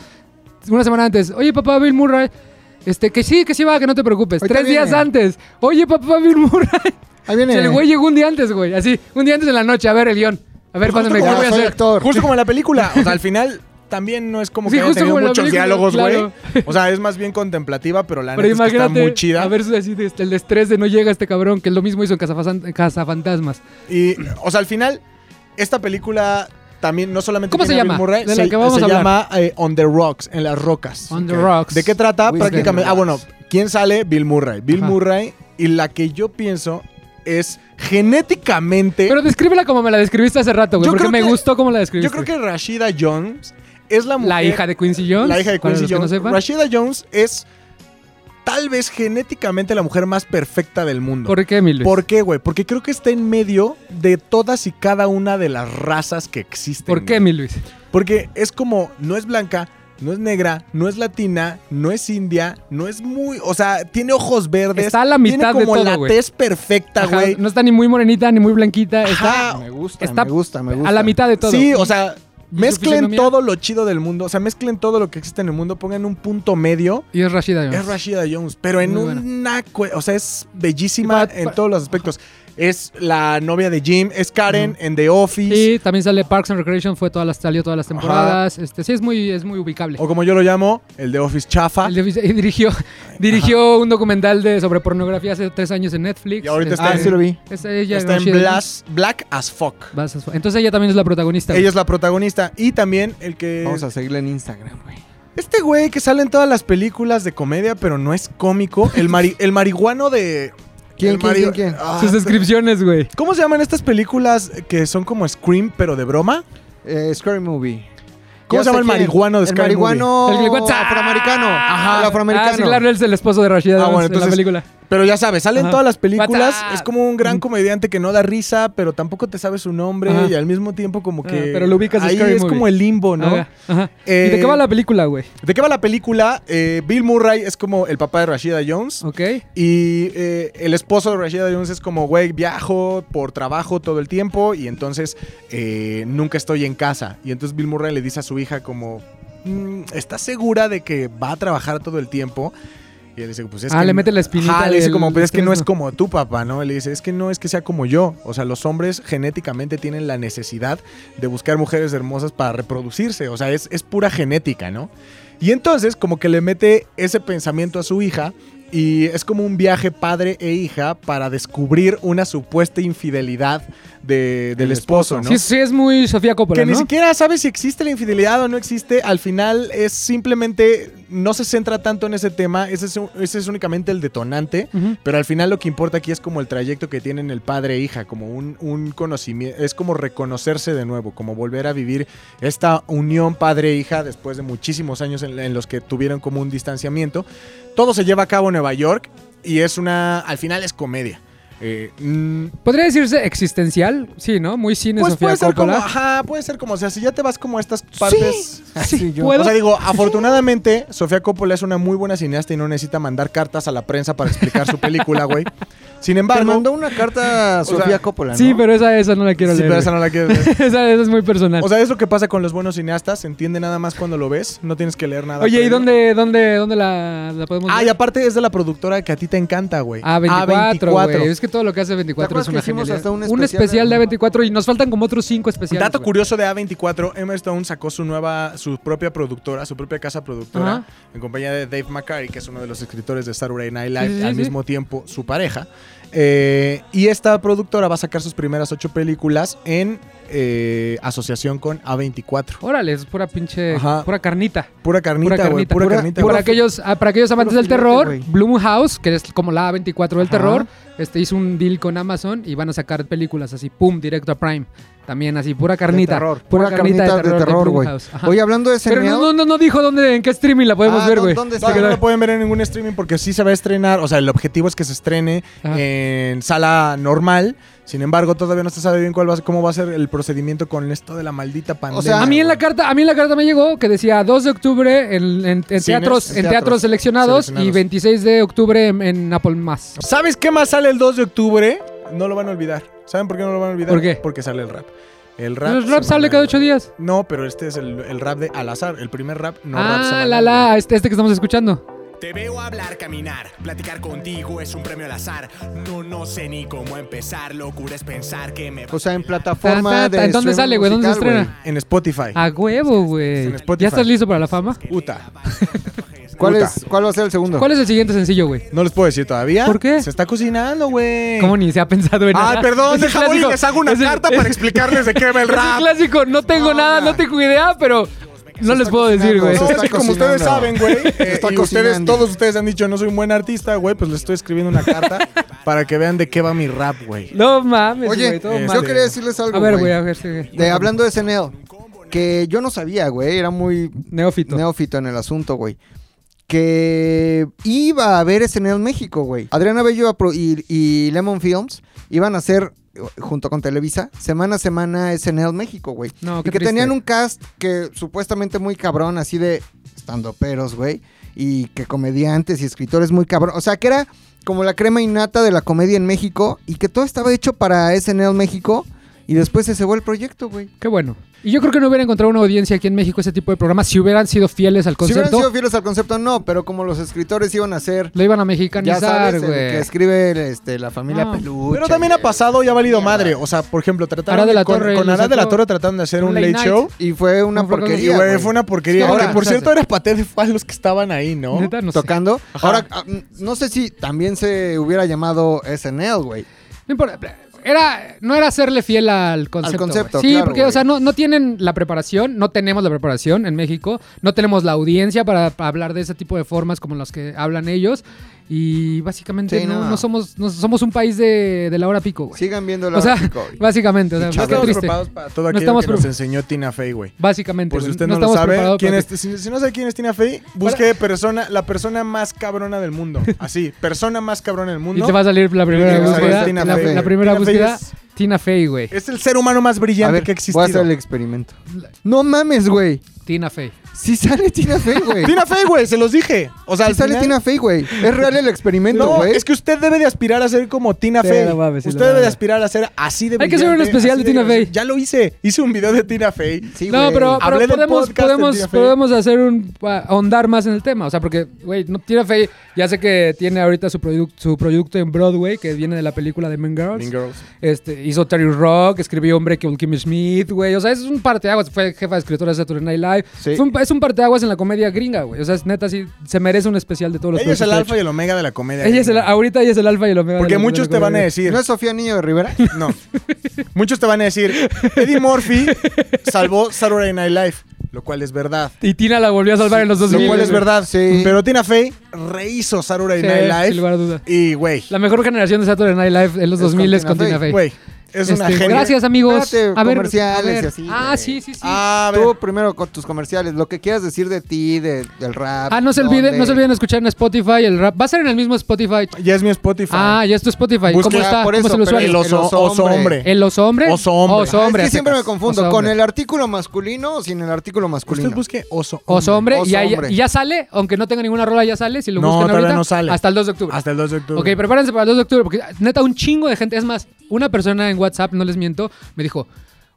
S2: Una semana antes. Oye, papá, Bill Murray. Este, que sí, que sí va, que no te preocupes.
S3: Ahorita
S2: Tres días
S3: viene.
S2: antes. Oye, papá, Bill Murray.
S3: Ahí viene.
S2: El güey llegó un día antes, güey. Así, un día antes de la noche. A ver, el guión. A ver,
S1: Justo
S2: pásenme, ¿qué
S1: como-
S2: voy a
S1: soy
S2: hacer?
S3: actor.
S1: Justo como en la película. O sea, al final también no es como
S2: Sí,
S1: que haya
S2: justo
S1: tenido
S2: como la
S1: muchos
S2: película,
S1: diálogos, güey.
S2: claro.
S1: O sea, es más bien contemplativa, pero la
S2: Pero
S1: neta es que está
S2: imagínate,
S1: muy chida.
S2: a ver, es así, de- el estrés de no llega este cabrón, que lo mismo hizo en Cazafazan- en Cazafantasmas.
S1: Y, o sea, al final, esta película también no solamente
S2: ¿Cómo se
S1: tiene a Bill
S2: llama?
S1: Murray,
S2: De la
S1: se,
S2: que vamos
S1: se
S2: a hablar.
S1: llama eh, On the Rocks, en las rocas.
S2: On the
S1: Ok.
S2: Rocks.
S1: ¿De qué trata?
S2: With
S1: Prácticamente.
S2: the
S1: Ah, bueno, ¿quién sale? Bill Murray. Bill
S2: Ajá.
S1: Murray. Y la que yo pienso es genéticamente.
S2: Pero descríbela como me la describiste hace rato, güey,
S1: Yo
S2: porque
S1: creo
S2: me
S1: que-
S2: gustó como la
S1: yo
S2: describiste.
S1: creo que Rashida Jones es la mujer.
S2: La hija de Quincy Jones.
S1: La hija de
S2: para
S1: Quincy
S2: los que no
S1: Jones.
S2: sepan.
S1: Rashida Jones es tal vez genéticamente la mujer más perfecta del mundo.
S2: ¿Por qué, mi Luis?
S1: ¿Por qué, güey? Porque creo que está en medio de todas y cada una de las razas que existen.
S2: ¿Por qué,
S1: güey.
S2: mi Luis?
S1: Porque es como, no es blanca, no es negra, no es latina, no es india, no es muy. O sea, tiene ojos verdes.
S2: Está a la mitad de
S1: Tiene como
S2: todo,
S1: la
S2: güey.
S1: tez perfecta,
S2: Ajá,
S1: güey.
S2: no está ni muy morenita ni muy blanquita. Está
S1: Ajá.
S3: Me gusta,
S2: Está
S3: me gusta, me gusta.
S2: a la mitad de todo.
S1: Sí, o sea,
S2: su
S1: mezclen
S2: fisonomía?
S1: todo lo chido del mundo. O sea, mezclen todo lo que existe en el mundo, pongan un punto medio.
S2: Y es Rashida Jones.
S1: Es Rashida Jones, pero en
S2: Muy buena.
S1: una. cue- O sea, es bellísima
S2: Pa-
S1: en
S2: pa-
S1: todos los aspectos. Es la novia de Jim, es Karen
S2: Mm.
S1: en The Office.
S2: Y también sale Parks and Recreation, fue todas las, salió todas las temporadas. Este, sí, es muy, es muy ubicable.
S1: O como yo lo llamo, el de Office Chafa.
S2: Él dir- y dirigió dirigió un documental de, sobre pornografía hace tres años en Netflix.
S1: Y ahorita está
S3: Ah,
S1: en-
S3: sí lo vi.
S2: es ella,
S1: está en
S2: Rashida
S1: Blas- Black as Fuck.
S2: Jones. Vas a- Entonces ella también es la protagonista. güey.
S1: Ella es la protagonista. Y también el que.
S3: Vamos a seguirle en Instagram, güey.
S1: Este güey que sale en todas las películas de comedia, pero no es cómico. El, mari- el marihuano de.
S3: ¿Quién,
S1: el
S3: quién, quién, quién?
S1: Ah,
S2: Sus descripciones, güey.
S1: ¿Cómo se llaman estas películas que son como Scream, pero de broma?
S3: Eh, Scary Movie.
S1: ¿Cómo
S3: Ya
S1: se llama
S3: sé
S1: el
S3: quién.
S1: marihuano de Scary
S3: El marihuano
S2: Movie? El que-
S3: afroamericano.
S2: Ajá.
S3: El afroamericano.
S2: Ah, sí, claro, él es el esposo de Rashida
S1: Ah,
S2: Jones
S1: bueno,
S2: en la
S1: entonces-
S2: película.
S1: Pero ya sabes, salen
S2: Ajá.
S1: todas las películas.
S2: What's up?
S1: Es como un gran comediante que no da risa, pero tampoco te sabe su nombre
S2: Ajá.
S1: y al mismo tiempo como que.
S2: Ah, pero lo ubicas de
S1: ahí
S2: Scary
S1: es
S2: Movie.
S1: como el limbo, ¿no?
S2: Ajá, Ah, ajá. ¿Y
S1: Eh,
S2: de qué va la película, güey?
S1: ¿De qué va la película? Eh, Bill Murray es como el papá de Rashida Jones.
S2: ¿Ok?
S1: Y eh, el esposo de Rashida Jones es como, güey, viajo por trabajo todo el tiempo y entonces eh, nunca estoy en casa. Y entonces Bill Murray le dice a su hija como, "Mm, ¿estás segura de que va a trabajar todo el tiempo? Y él dice, pues es
S2: Ah,
S1: que...
S2: le mete la espinita
S1: Ajá, le dice
S2: del-
S1: como, pues es que
S2: del
S1: no es
S2: fresno".
S1: como tu papá, ¿no? Él le dice, es que no es que sea como yo. O sea, los hombres genéticamente tienen la necesidad de buscar mujeres hermosas para reproducirse. O sea, es, es pura genética, ¿no? Y entonces como que le mete ese pensamiento a su hija y es como un viaje padre e hija para descubrir una supuesta infidelidad de- del
S3: El
S1: esposo,
S3: esposo.
S1: ¿no?
S2: Sí, sí, es muy Sofía Coppola,
S1: que ni
S2: ¿no?
S1: siquiera sabe si existe la infidelidad o no existe. Al final es simplemente, no se centra tanto en ese tema, ese es, un- ese es únicamente el detonante.
S2: Ujú.
S1: Pero al final lo que importa aquí es como el trayecto que tienen el padre e hija, como un, un conocimiento, es como reconocerse de nuevo, como volver a vivir esta unión padre e hija después de muchísimos años en, en los que tuvieron como un distanciamiento. Todo se lleva a cabo en Nueva York y es una, al final es comedia. Eh, mm,
S2: Podría decirse existencial, sí, ¿no? Muy cine
S1: pues
S2: Sofía
S1: puede ser como,
S2: Coppola.
S1: ajá, puede ser como, o sea, si ya te vas como a estas partes...
S2: Sí,
S3: Sí, yo-
S2: puedo.
S1: O sea, digo, afortunadamente, Sofía Coppola es una muy buena cineasta y no necesita mandar cartas a la prensa para explicar su película, güey. Sin
S3: Te
S1: embargo,
S3: mandó una carta a
S1: sea,
S3: Sofía Coppola, ¿no?
S2: sí, pero esa, esa no la quiero
S1: Sí,
S2: leer.
S1: pero esa
S2: güey.
S1: no la quieres leer.
S2: esa, esa es muy personal.
S1: O sea, es lo que pasa con los buenos cineastas, se entiende nada más cuando lo ves, no tienes que leer nada.
S2: Oye, ¿y
S1: previo.
S2: dónde, dónde, dónde la, la podemos
S1: Ah, y
S2: ver?
S1: aparte es de la productora que a ti te encanta, güey.
S2: A24,
S1: A24.
S2: Ah, güey. Es que todo lo que hace
S3: ¿Te
S2: 24
S3: acuerdas
S2: es una
S3: que hicimos
S2: genialidad.
S3: hasta un
S2: un especial
S3: especial
S2: de
S3: de-
S2: A24 y nos faltan como otros 5 especiales.
S1: Dato
S2: güey.
S1: curioso de A24, Emma Stone sacó su nueva, su propia productora, su propia casa productora,
S2: Ajá.
S1: en compañía de Dave McCary, que es uno de los escritores de Saturday Night Live,
S2: Sí, sí, sí,
S1: al
S2: sí.
S1: mismo tiempo su pareja. Eh, y esta productora va a sacar sus primeras ocho películas en eh, asociación con A24.
S2: Órale, es pura pinche,
S1: Ajá.
S2: pura carnita.
S1: Pura carnita,
S2: Pura
S1: güey.
S2: carnita.
S1: Pura,
S3: Pura-
S1: carnita.
S2: Para
S1: güey.
S2: aquellos, ah, para aquellos amantes del
S3: filete,
S2: terror,
S3: güey.
S2: Blumhouse, que es como la A24 del
S3: Ajá.
S2: terror, este hizo un deal con Amazon y van a sacar películas así, pum, directo a Prime. También así, pura carnita.
S3: terror. Pura carnita de terror, güey.
S2: Blumhouse. Ajá.
S3: Oye, hablando de
S2: Pero no,
S3: Semeado,
S2: no, no, no dijo dónde, en qué streaming la podemos
S3: Ah,
S2: ver,
S3: ¿dó-
S2: güey.
S3: dónde está?
S1: Todavía no
S2: Porque
S1: lo pueden ver en ningún streaming porque sí se va a estrenar. O sea, el objetivo es que se estrene
S2: Ajá.
S1: en sala normal. Sin embargo, todavía no se sabe bien cuál va, a- cómo va a ser el procedimiento con esto de la maldita pandemia.
S3: sea,
S2: A mí en la
S1: güey.
S2: carta, a mí en la carta me llegó que decía 2 de octubre en, en- en
S1: Cines,
S2: teatros, en teatros,
S1: teatros
S2: seleccionados, y
S1: seleccionados.
S2: 26 de octubre en, en Apple Más.
S1: ¿Sabes qué más sale el 2 de octubre? No lo van a olvidar. ¿Saben por qué no lo van a olvidar?
S2: ¿Por qué?
S1: Porque sale el rap. El rap.
S2: Los rap
S1: semanal,
S2: sale cada
S1: güey.
S2: 8 días.
S1: No, pero este es el, el rap de al azar. El primer rap no rap
S2: ah,
S1: semanal,
S2: la
S1: güey.
S2: la, este, este que estamos escuchando.
S4: Te veo hablar, caminar, platicar contigo es un premio al azar. No, no sé ni cómo empezar, locura es pensar que me...
S3: O sea, en plataforma
S2: Ta, ta, ta.
S3: de
S2: ¿En dónde
S3: streaming
S2: sale, güey? ¿Dónde se
S3: musical,
S2: estrena?
S1: En Spotify.
S2: A huevo, güey.
S1: En Spotify.
S2: ¿Ya estás listo para la fama?
S1: Uta.
S3: ¿Cuál,
S1: Puta.
S3: es, ¿Cuál va a ser el segundo?
S2: ¿Cuál es el siguiente sencillo, güey?
S1: No les puedo decir todavía.
S2: ¿Por qué?
S1: Se está cocinando, güey.
S2: ¿Cómo ni se ha pensado en nada?
S1: Ay, perdón,
S2: Es el
S1: deja voy y
S2: clásico.
S1: les hago una
S2: Es el-
S1: carta
S2: es-
S1: para explicarles de qué va el
S2: Es un
S1: rap.
S2: clásico, no tengo nada, no tengo idea, pero no les puedo decir,
S3: cocinando,
S2: güey.
S3: se
S1: No,
S3: está
S1: es que como ustedes saben,
S3: cocinando.
S1: güey, eh,
S3: Se está
S1: y ustedes,
S3: cocinando.
S1: todos ustedes han dicho, no soy un buen artista, güey, pues les estoy escribiendo una carta para que vean de qué va mi rap, güey.
S2: No mames,
S3: Oye,
S2: güey, todo
S1: eh,
S2: mal.
S3: yo quería decirles algo.
S2: A ver, güey, a ver, sí, güey.
S3: De, hablando de SNL, que yo no sabía, güey. Era muy
S2: Neófito.
S3: neófito en el asunto, güey. Que iba a haber SNL México, güey. Adriana Bello apro- y, y Lemon Films iban a hacer, eh, junto con Televisa, semana a semana SNL México, güey.
S2: No,
S3: y
S2: qué
S3: que
S2: triste.
S3: tenían un cast que supuestamente muy cabrón, así de estandoperos, güey. Y que comediantes y escritores muy cabrón. O sea, que era como la crema innata de la comedia en México. Y que todo estaba hecho para SNL México. Y después se cebó el proyecto, güey.
S2: Qué bueno. Y yo creo que no hubiera encontrado una audiencia aquí en México ese tipo de programas si hubieran sido fieles al
S3: Si hubieran
S2: concepto.
S3: sido fieles al concepto, no, pero como los escritores iban a hacer,
S2: Lo iban a
S3: ya
S2: mexicanizar,
S3: sabes, el que
S2: güey.
S3: escribe este, la familia
S2: No.
S3: Peluche.
S1: Pero también ha pasado y ha valido madre. O sea, por ejemplo, trataron
S2: Ara de la
S1: con,
S2: Torre
S1: con
S2: le
S1: Ara de la
S2: sacó
S1: Torre trataron de hacer
S2: un
S1: un
S2: late
S1: late,
S2: night.
S1: show.
S3: Y fue una
S2: No, fue
S1: Y,
S3: porquería,
S1: güey,
S3: güey.
S1: fue una porquería.
S2: Es que
S1: Ahora,
S2: ahora-
S1: por cierto, era paté de fue a los que estaban ahí, ¿no?
S2: Neta, no sé.
S3: Tocando.
S1: Ajá.
S3: Ahora, ah, mm, no sé si también se hubiera llamado SNL, güey.
S2: No importa. Era, no era hacerle fiel al concepto.
S3: concepto,
S2: güey. sí,
S3: claro,
S2: porque,
S3: güey.
S2: o sea, no, no tienen la preparación, no tenemos la preparación en México, no tenemos la audiencia para, para hablar de ese tipo de formas como las que hablan ellos. Y básicamente
S3: Sí,
S2: no,
S3: no.
S2: no somos, no somos un país de, de la hora pico, güey.
S3: Sigan viendo la
S2: o sea,
S3: Pico, güey.
S2: básicamente, o sea,
S1: No
S2: qué
S1: estamos
S2: triste.
S1: preparados para todo
S2: No
S1: aquello
S2: estamos
S1: que nos
S2: pre-
S1: enseñó Tina Fey, güey.
S2: Básicamente.
S1: Por si
S2: güey.
S1: Pues usted no, lo
S2: estamos
S1: sabe,
S2: preparados
S1: ¿quién
S2: para
S1: es, si, si no sabe quién es Tina Fey, busque persona, la persona más cabrona del mundo. Así, persona más cabrona del
S2: Y
S1: mundo.
S2: te va a salir la primera
S1: Y te va a salir
S2: búsqueda.
S1: Tina
S2: la,
S1: Fey.
S2: la primera
S1: Tina Fey
S2: búsqueda,
S1: es-
S2: Tina Fey, güey.
S1: Es el ser humano más brillante
S3: A ver,
S1: que ha
S3: voy a hacer
S1: existido.
S3: el experimento. No mames, güey.
S2: Tina Fey.
S3: Si sale Tina Fey, güey.
S1: Tina Fey, güey, se los dije. O sea,
S3: Si
S1: al
S3: sale
S1: final-
S3: Tina Fey, güey. Es real el experimento,
S1: No,
S3: güey.
S1: es que usted debe de aspirar a ser como Tina
S2: Sí,
S1: Fey.
S2: la mames, sí,
S1: usted
S2: la
S1: debe de
S2: mames.
S1: aspirar a ser así de
S2: Hay que hacer un
S1: brillante,
S2: especial
S1: así
S2: de Tina
S1: gracioso.
S2: Fey.
S1: Ya lo hice. Hice un video de Tina Fey.
S3: Sí,
S2: no,
S3: güey.
S2: pero, pero
S1: Hablé del
S2: podemos,
S1: podcast de
S2: podemos,
S1: Tina Fey.
S2: podemos hacer un ah, ahondar más en el tema. O sea, porque, güey, no, Tina Fey ya sé que tiene ahorita su, produ- su producto en Broadway, que viene de la película de Mean Girls.
S1: Mean Girls.
S2: Este, hizo Terry Rock, escribió Hombre que Kimmy Smith, güey. O sea, es un parteaguas. Fue jefa de escritora de Saturday Night Live.
S3: Sí.
S2: Fue un- es un parteaguas en la comedia gringa, güey. O sea, es neta, sí, se merece un especial de todos los
S1: Ella es el
S2: proyectos que
S1: alfa
S2: ha
S1: y el omega de la comedia.
S2: hecho. Ella es el, ahorita ella es el alfa y el omega. de
S1: Porque
S2: la- de la
S1: muchos te van a
S2: comedia.
S1: decir.
S3: ¿No es Sofía Niño de Rivera?
S1: No. Muchos te van a decir, Eddie Murphy salvó Saturday Night Live, lo cual es verdad.
S2: Y Tina la volvió a salvar en los dos
S1: Lo cual es verdad.
S3: Sí.
S1: Pero Tina Fey rehizo Saturday Night
S2: sin lugar
S1: Live.
S2: a duda.
S1: Y, güey,
S2: La mejor generación de Saturday Night Live en los
S3: Es con
S2: 2000 es con
S3: Tina
S2: Tina Fey.
S1: güey, es una
S2: Este,
S1: genia.
S2: Gracias, amigos.
S3: Espérate,
S2: a ver,
S3: comerciales
S2: a ver.
S3: y así,
S2: Ah,
S3: güey.
S2: sí, sí, sí. Ah,
S1: A ver,
S3: Tú primero con tus comerciales, lo que quieras decir de ti, de- del rap.
S2: Ah,
S3: Ah,
S2: no se
S3: dónde.
S2: olviden, no se olviden escuchar en Spotify el rap. Va a ser en el mismo Spotify.
S1: ya es mi Spotify.
S2: Ah, ya es tu Spotify.
S1: Busca-
S2: ¿Cómo está?
S3: por
S2: ¿Cómo
S3: eso,
S2: es el
S3: pero
S2: usuario?
S1: el oso,
S3: oso
S1: oso
S3: hombre.
S1: hombre.
S2: ¿El oso hombre?
S1: Oso hombre.
S2: Oso hombre.
S3: Ah,
S2: a
S3: es que siempre me
S2: secas.
S3: confundo
S2: Oso
S3: con
S2: hombre.
S3: el artículo masculino o sin el artículo masculino.
S1: Usted busque oso
S2: Oso hombre,
S3: Oso
S2: y, ahí-
S3: hombre.
S2: y ya sale, aunque no tenga ninguna rola, ya sale. Si lo
S1: No,
S2: buscan
S1: todavía
S2: ahorita,
S1: no sale.
S2: hasta el 2 de octubre.
S1: Hasta el 2 de octubre.
S2: Ok, prepárense para el 2 de octubre, porque neta, un chingo de gente. Es más, una persona en WhatsApp, no les miento, me dijo,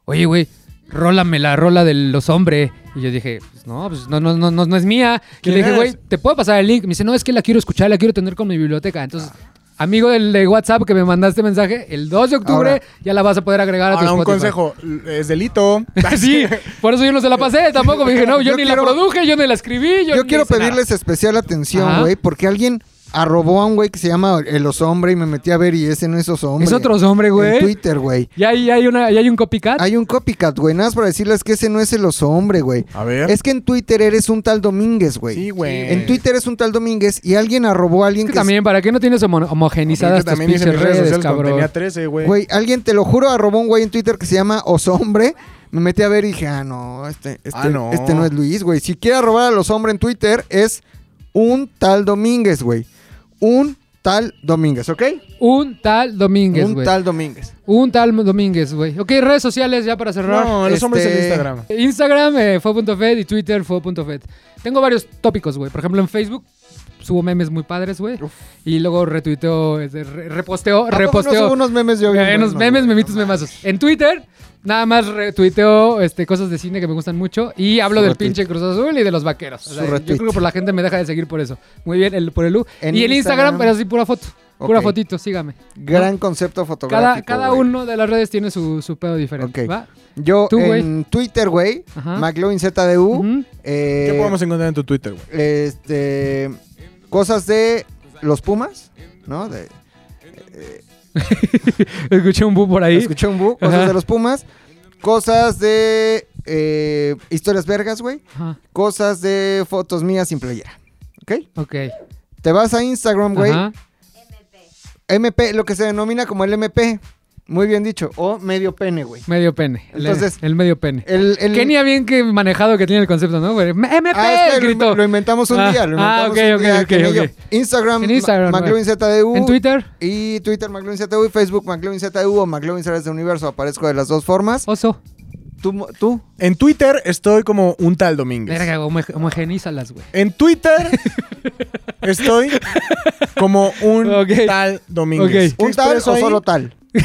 S2: oye, güey, rólame la rola de los hombres. Y yo dije, pues no, pues no, no, no, no, no es mía. Y
S1: ¿Quién
S2: le dije,
S1: eres?
S2: güey, ¿te puedo pasar el link? Me dice, no, es que la quiero escuchar, la quiero tener con mi biblioteca. Entonces, amigo del de WhatsApp que me mandaste mensaje, el 2 de octubre
S3: Ah. Ahora-
S2: ya la vas a poder agregar a tu
S1: Ahora, un
S2: Spotify.
S1: consejo, l- es delito.
S2: sí, por eso yo no se la pasé tampoco. Me dije, no, yo,
S3: Yo
S2: ni
S3: quiero-
S2: la produje, yo ni la escribí. Yo,
S3: Yo
S2: ni
S3: quiero
S2: hice nada.
S3: pedirles especial atención,
S2: Ajá.
S3: güey, porque alguien arrobó a un güey que se llama El Oso Hombre y me metí a ver y ese no es Oso Hombre.
S2: Es otro hombre,
S3: En
S2: güey. Ah.
S3: Twitter, güey.
S2: Y ahí hay, una, y hay un copycat.
S3: Hay un copycat, güey. Nada más para decirles que ese no es el Oso Hombre, güey.
S1: A ver.
S3: Es que en Twitter eres un tal Domínguez, güey.
S1: Sí, güey.
S3: En Twitter es un tal Domínguez y alguien arrobó a alguien
S2: Es que
S3: que,
S2: también, ¿para qué no tienes homo- homogenizadas
S1: Yo
S2: tus
S1: también hice
S2: pinches
S1: mis redes
S2: redes,
S1: sociales cuando
S2: cabrón?
S1: tenía 13, güey.
S3: Güey, alguien, te lo juro, arrobó un güey en Twitter que se llama Osombre. Me metí a ver y dije, ah, no, este, este,
S1: Ah, no.
S3: este no es Luis, güey. Si quiere robar a los hombres en Twitter, es un tal Domínguez, güey. Un tal Domínguez, ¿ok?
S2: Un tal Domínguez,
S3: un
S2: güey.
S3: tal Domínguez.
S2: Un tal Domínguez, güey. Ok, redes sociales ya para cerrar.
S1: no, los
S3: este-
S1: hombres en Instagram.
S2: Instagram, eh, fo.fed y Twitter, fo.fed. Tengo varios tópicos, güey. Por ejemplo, en Facebook subo memes muy padres, güey. Y luego retuiteó, este, re- reposteó,
S3: ¿A poco no
S2: reposteó.
S3: subo unos memes yo. bien
S2: Eh, unos
S3: buenos,
S2: memes,
S3: güey?
S2: memitos,
S3: No
S2: memazos. En Twitter, nada más retuiteo este, cosas de cine que me gustan mucho y hablo
S3: Su
S2: del
S3: retweet.
S2: pinche Cruz Azul y de los vaqueros. O
S3: Su
S2: sea, yo
S3: retweet.
S2: creo que por la gente me deja de seguir por eso. Muy bien, el, por el U.
S3: En
S2: y el Instagram,
S3: Instagram,
S2: pero así pura foto. Pura
S3: Ok.
S2: fotito, sígame.
S3: Gran concepto
S2: Cada,
S3: fotográfico.
S2: cada
S3: güey.
S2: uno de las redes tiene su, su pedo diferente.
S3: Ok.
S2: ¿va?
S3: Yo
S2: Tú, güey.
S3: en Twitter, güey,
S2: Ajá.
S3: McLovinZDU.
S2: Ujú.
S3: eh,
S1: ¿Qué podemos encontrar en tu Twitter, güey?
S3: Este. Cosas de los Pumas, ¿no? De,
S2: Escuché un bu por ahí.
S3: Escuché un bu, cosas
S2: Ajá.
S3: de los Pumas. Cosas de eh, historias vergas, güey.
S2: Ajá,
S3: Cosas de fotos mías sin playera. ¿Ok?
S2: ok.
S3: Te vas a Instagram, güey.
S2: Ajá.
S3: MP, lo que se denomina como el MP. Muy bien dicho. O medio pene, güey.
S2: Medio pene. Le-
S3: Entonces-
S2: el medio pene.
S3: El, el-
S2: Kenia bien que manejado que tiene el concepto, ¿no? güey? MP,
S3: Ah, es que
S2: gritó.
S3: lo, lo inventamos un
S2: Ah,
S3: día. Lo
S2: ah,
S3: inventamos
S2: ok,
S3: un
S2: ok,
S3: día,
S2: ok,
S3: Kenillo.
S2: ok.
S3: Instagram,
S2: En Instagram,
S3: Ma- McLovin ZDU.
S2: en Twitter,
S3: Y Twitter McLovin ZDU y Facebook McLovin ZDU o McLovin Salas de Universo. Aparezco de las dos formas.
S2: oso.
S3: Tú, tú
S1: En Twitter estoy como un tal Domínguez.
S2: Verga, homo- homogenízalas, güey.
S1: En Twitter estoy como un
S2: Ok.
S1: tal Domínguez.
S2: Ok.
S1: ¿Qué
S3: ¿Un tal o
S1: expreso ahí?
S3: solo tal?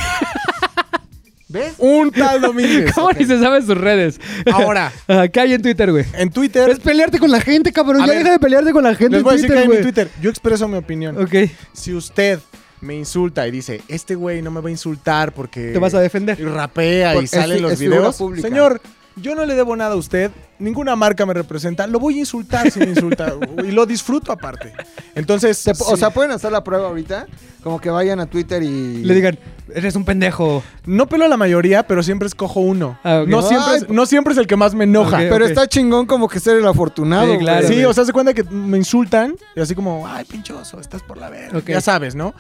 S3: ¿Ves?
S1: Un tal Domínguez.
S2: ¿Cómo ni se saben sus redes?
S1: Ahora.
S2: Ah, ¿Qué hay en Twitter, güey?
S1: En
S2: Es
S1: Twitter,
S2: pelearte con la gente, cabrón.
S1: A
S2: ya
S1: ver,
S2: deja de pelearte con la gente
S1: les
S2: en
S1: voy a decir que
S2: Twitter,
S1: hay en mi
S2: güey.
S1: Twitter. Yo expreso mi opinión.
S2: Ok,
S1: Si usted me insulta y dice, este güey no me va a insultar porque...
S2: te vas a
S1: y
S2: defender.
S1: rapea
S3: Por-
S1: y sale
S3: es-
S1: en los
S3: es figura
S1: videos.
S3: pública.
S1: Señor, yo no le debo nada a usted, ninguna marca me representa, lo voy a insultar si me insulta y lo disfruto aparte. Entonces,
S3: Se po-
S1: sí,
S3: O sea, pueden hacer la prueba ahorita. Como que vayan a Twitter y.
S2: Le digan, eres un pendejo.
S1: no pelo a la mayoría, pero siempre escojo uno.
S2: Ah, ok.
S1: no, siempre es,
S3: Ay,
S1: no siempre es el que más me enoja.
S2: Ok.
S3: Pero está chingón como que ser el afortunado.
S2: Sí, claro.
S3: güey.
S1: "Eh, Sí,
S2: güey.
S1: o sea, se cuenta que me insultan y así como, ay, pinchoso, estás por la verga.
S2: Ok.
S1: Ya sabes, ¿no?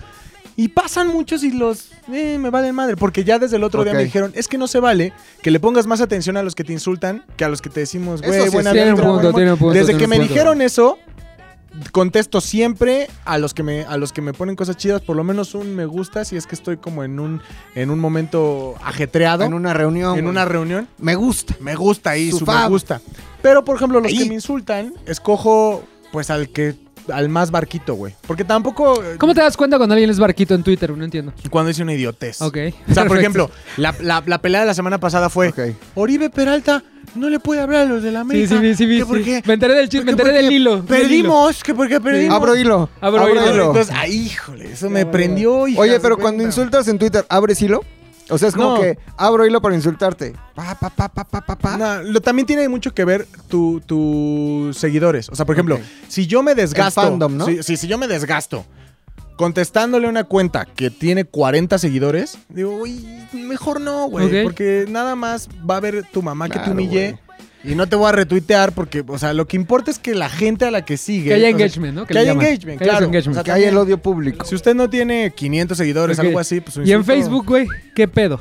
S1: Y pasan muchos y los, eh, me valen madre. Porque ya desde el otro día
S3: Ok.
S1: me dijeron, es que no se vale que le pongas más atención a los que te insultan que a los que te decimos,
S3: Eso
S1: güey,
S3: sí es
S1: buena
S2: Tiene
S3: cierto.
S2: un
S1: vibra, buen
S2: punto,
S1: humor".
S2: tiene un punto,
S1: Desde
S2: tiene
S1: que
S2: un
S1: me
S2: punto.
S1: dijeron eso, contesto siempre a los que me a los que me ponen cosas chidas, por lo menos un me gusta si es que estoy como en un en un momento ajetreado,
S3: En una reunión.
S1: en
S3: güey.
S1: una reunión.
S3: Me gusta.
S1: Me gusta ahí,
S3: Su
S1: su, me
S3: fab.
S1: gusta. Pero, por ejemplo, los
S3: Ahí.
S1: que me insultan, escojo pues al que al más barquito, güey. Porque tampoco eh,
S2: ¿Cómo te das cuenta cuando alguien es barquito en Twitter? No entiendo.
S1: cuando hice una idiotez.
S2: Ok.
S1: O sea,
S2: Perfecto.
S1: por ejemplo, la, la- la pelea de la semana pasada fue
S3: Ok.
S1: Oribe Peralta no le puede hablar a los de la
S2: Sí,
S1: América.
S2: sí, sí, sí.
S1: que
S2: sí.
S1: porque-
S2: Me enteré del
S1: que
S2: chisme, me enteré del
S1: porque
S2: hilo. del hilo.
S1: Perdimos, que porque perdimos.
S3: Abro hilo.
S2: Abro hilo.
S1: Entonces, ah, híjole, eso me
S2: vale,
S1: prendió. hija
S3: Oye,
S1: de
S3: pero
S1: su
S3: cuando
S1: cuenta.
S3: insultas en Twitter, ¿abres hilo? O sea, es como
S1: No.
S3: que abro hilo para insultarte. Pa, pa, pa, pa, pa, pa, pa.
S1: No, lo- también tiene mucho que ver tu- tus seguidores. O sea, por ejemplo,
S3: Ok.
S1: si yo me desgasto.
S3: El fandom, ¿no?
S1: si, si- si yo me desgasto contestándole una cuenta que tiene 40 seguidores, digo, uy, mejor no, güey.
S2: Ok.
S1: Porque nada más va a ver tu mamá que te
S3: Claro,
S1: humille. Y no te voy a retuitear porque, o sea, lo que importa es que la gente a la que sigue.
S2: Que haya
S1: o sea,
S2: engagement, ¿no?
S1: Que,
S2: le
S1: haya
S2: llaman.
S1: engagement,
S2: Que haya su
S1: claro. O
S2: engagement.
S1: sea,
S3: Que hay el
S1: también,
S3: odio público.
S1: Si usted no tiene 500 seguidores,
S2: Ok.
S1: algo así, pues su
S2: Y en
S1: insulto-
S2: Facebook, güey, ¿qué pedo?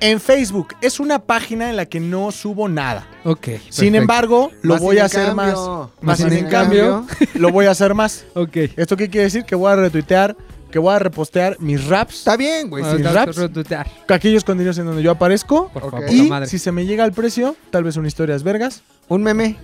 S1: En Facebook es una página en la que no subo nada.
S2: Ok.
S1: Sin
S2: perfecto.
S1: embargo, lo
S3: Más
S1: voy
S3: sin
S1: a hacer
S3: cambio.
S1: más.
S2: Más
S1: Más
S2: sin
S1: sin en cambio, lo voy a hacer más.
S2: Ok.
S1: ¿Esto qué quiere decir? Que voy a retuitear, que voy a repostear mis raps,
S3: Está bien, güey.
S2: Ah,
S3: sí.
S1: sin
S2: está-
S1: raps.
S2: retuitear,
S1: aquellos contenidos en donde yo aparezco.
S2: Por
S3: Ok.
S2: favor,
S1: Y
S2: la madre.
S1: si se me llega al precio, tal vez una historias vergas.
S3: Un meme.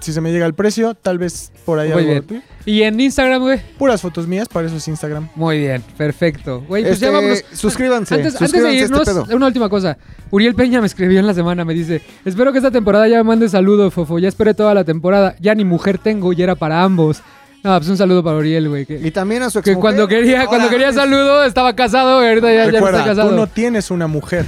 S1: Si se me llega al precio, tal vez por ahí
S2: Muy
S1: algo.
S2: bien. Y en Instagram, güey.
S1: Puras fotos mías, para eso es Instagram.
S2: Muy bien, perfecto. Güey, pues
S3: Este,
S2: ya vámonos.
S3: suscríbanse,
S2: Antes, antes
S3: suscríbanse a
S2: de
S3: este
S2: irnos,
S3: pedo.
S2: una última cosa. Uriel Peña me escribió en la semana, me dice: Espero que esta temporada ya me mande saludo, Fofo. Ya esperé toda la temporada. Ya ni mujer tengo y era para ambos. No, pues un saludo para Uriel, güey.
S3: Y
S2: Que,
S3: también a su
S2: que
S3: exmujer.
S2: cuando quería, cuando
S3: Ahora,
S2: quería saludo estaba casado y ahorita ya, ya no está
S1: Recuerda,
S2: casado.
S1: tú no tienes una mujer,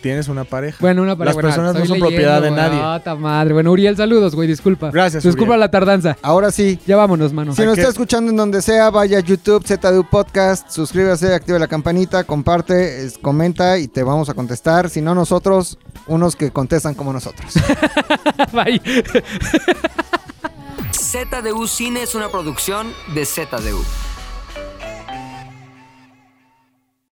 S1: tienes una pareja.
S2: Bueno, una para
S1: Las
S2: bueno,
S1: personas no
S2: estoy
S1: son propiedad de
S2: güey.
S1: nadie.
S2: Ah, ta madre. Bueno, Uriel, saludos, güey. Disculpa.
S1: Gracias,
S2: Disculpa
S1: Uriel.
S2: la tardanza.
S3: Ahora sí.
S2: Ya vámonos, mano.
S3: Si nos
S1: que-
S3: está escuchando en donde sea, vaya a YouTube, ZDU Podcast, suscríbase, active la campanita, comparte, es- comenta y te vamos a contestar. Si no nosotros, unos que contestan como nosotros.
S2: Bye.
S5: ZDU Cine es una producción de ZDU.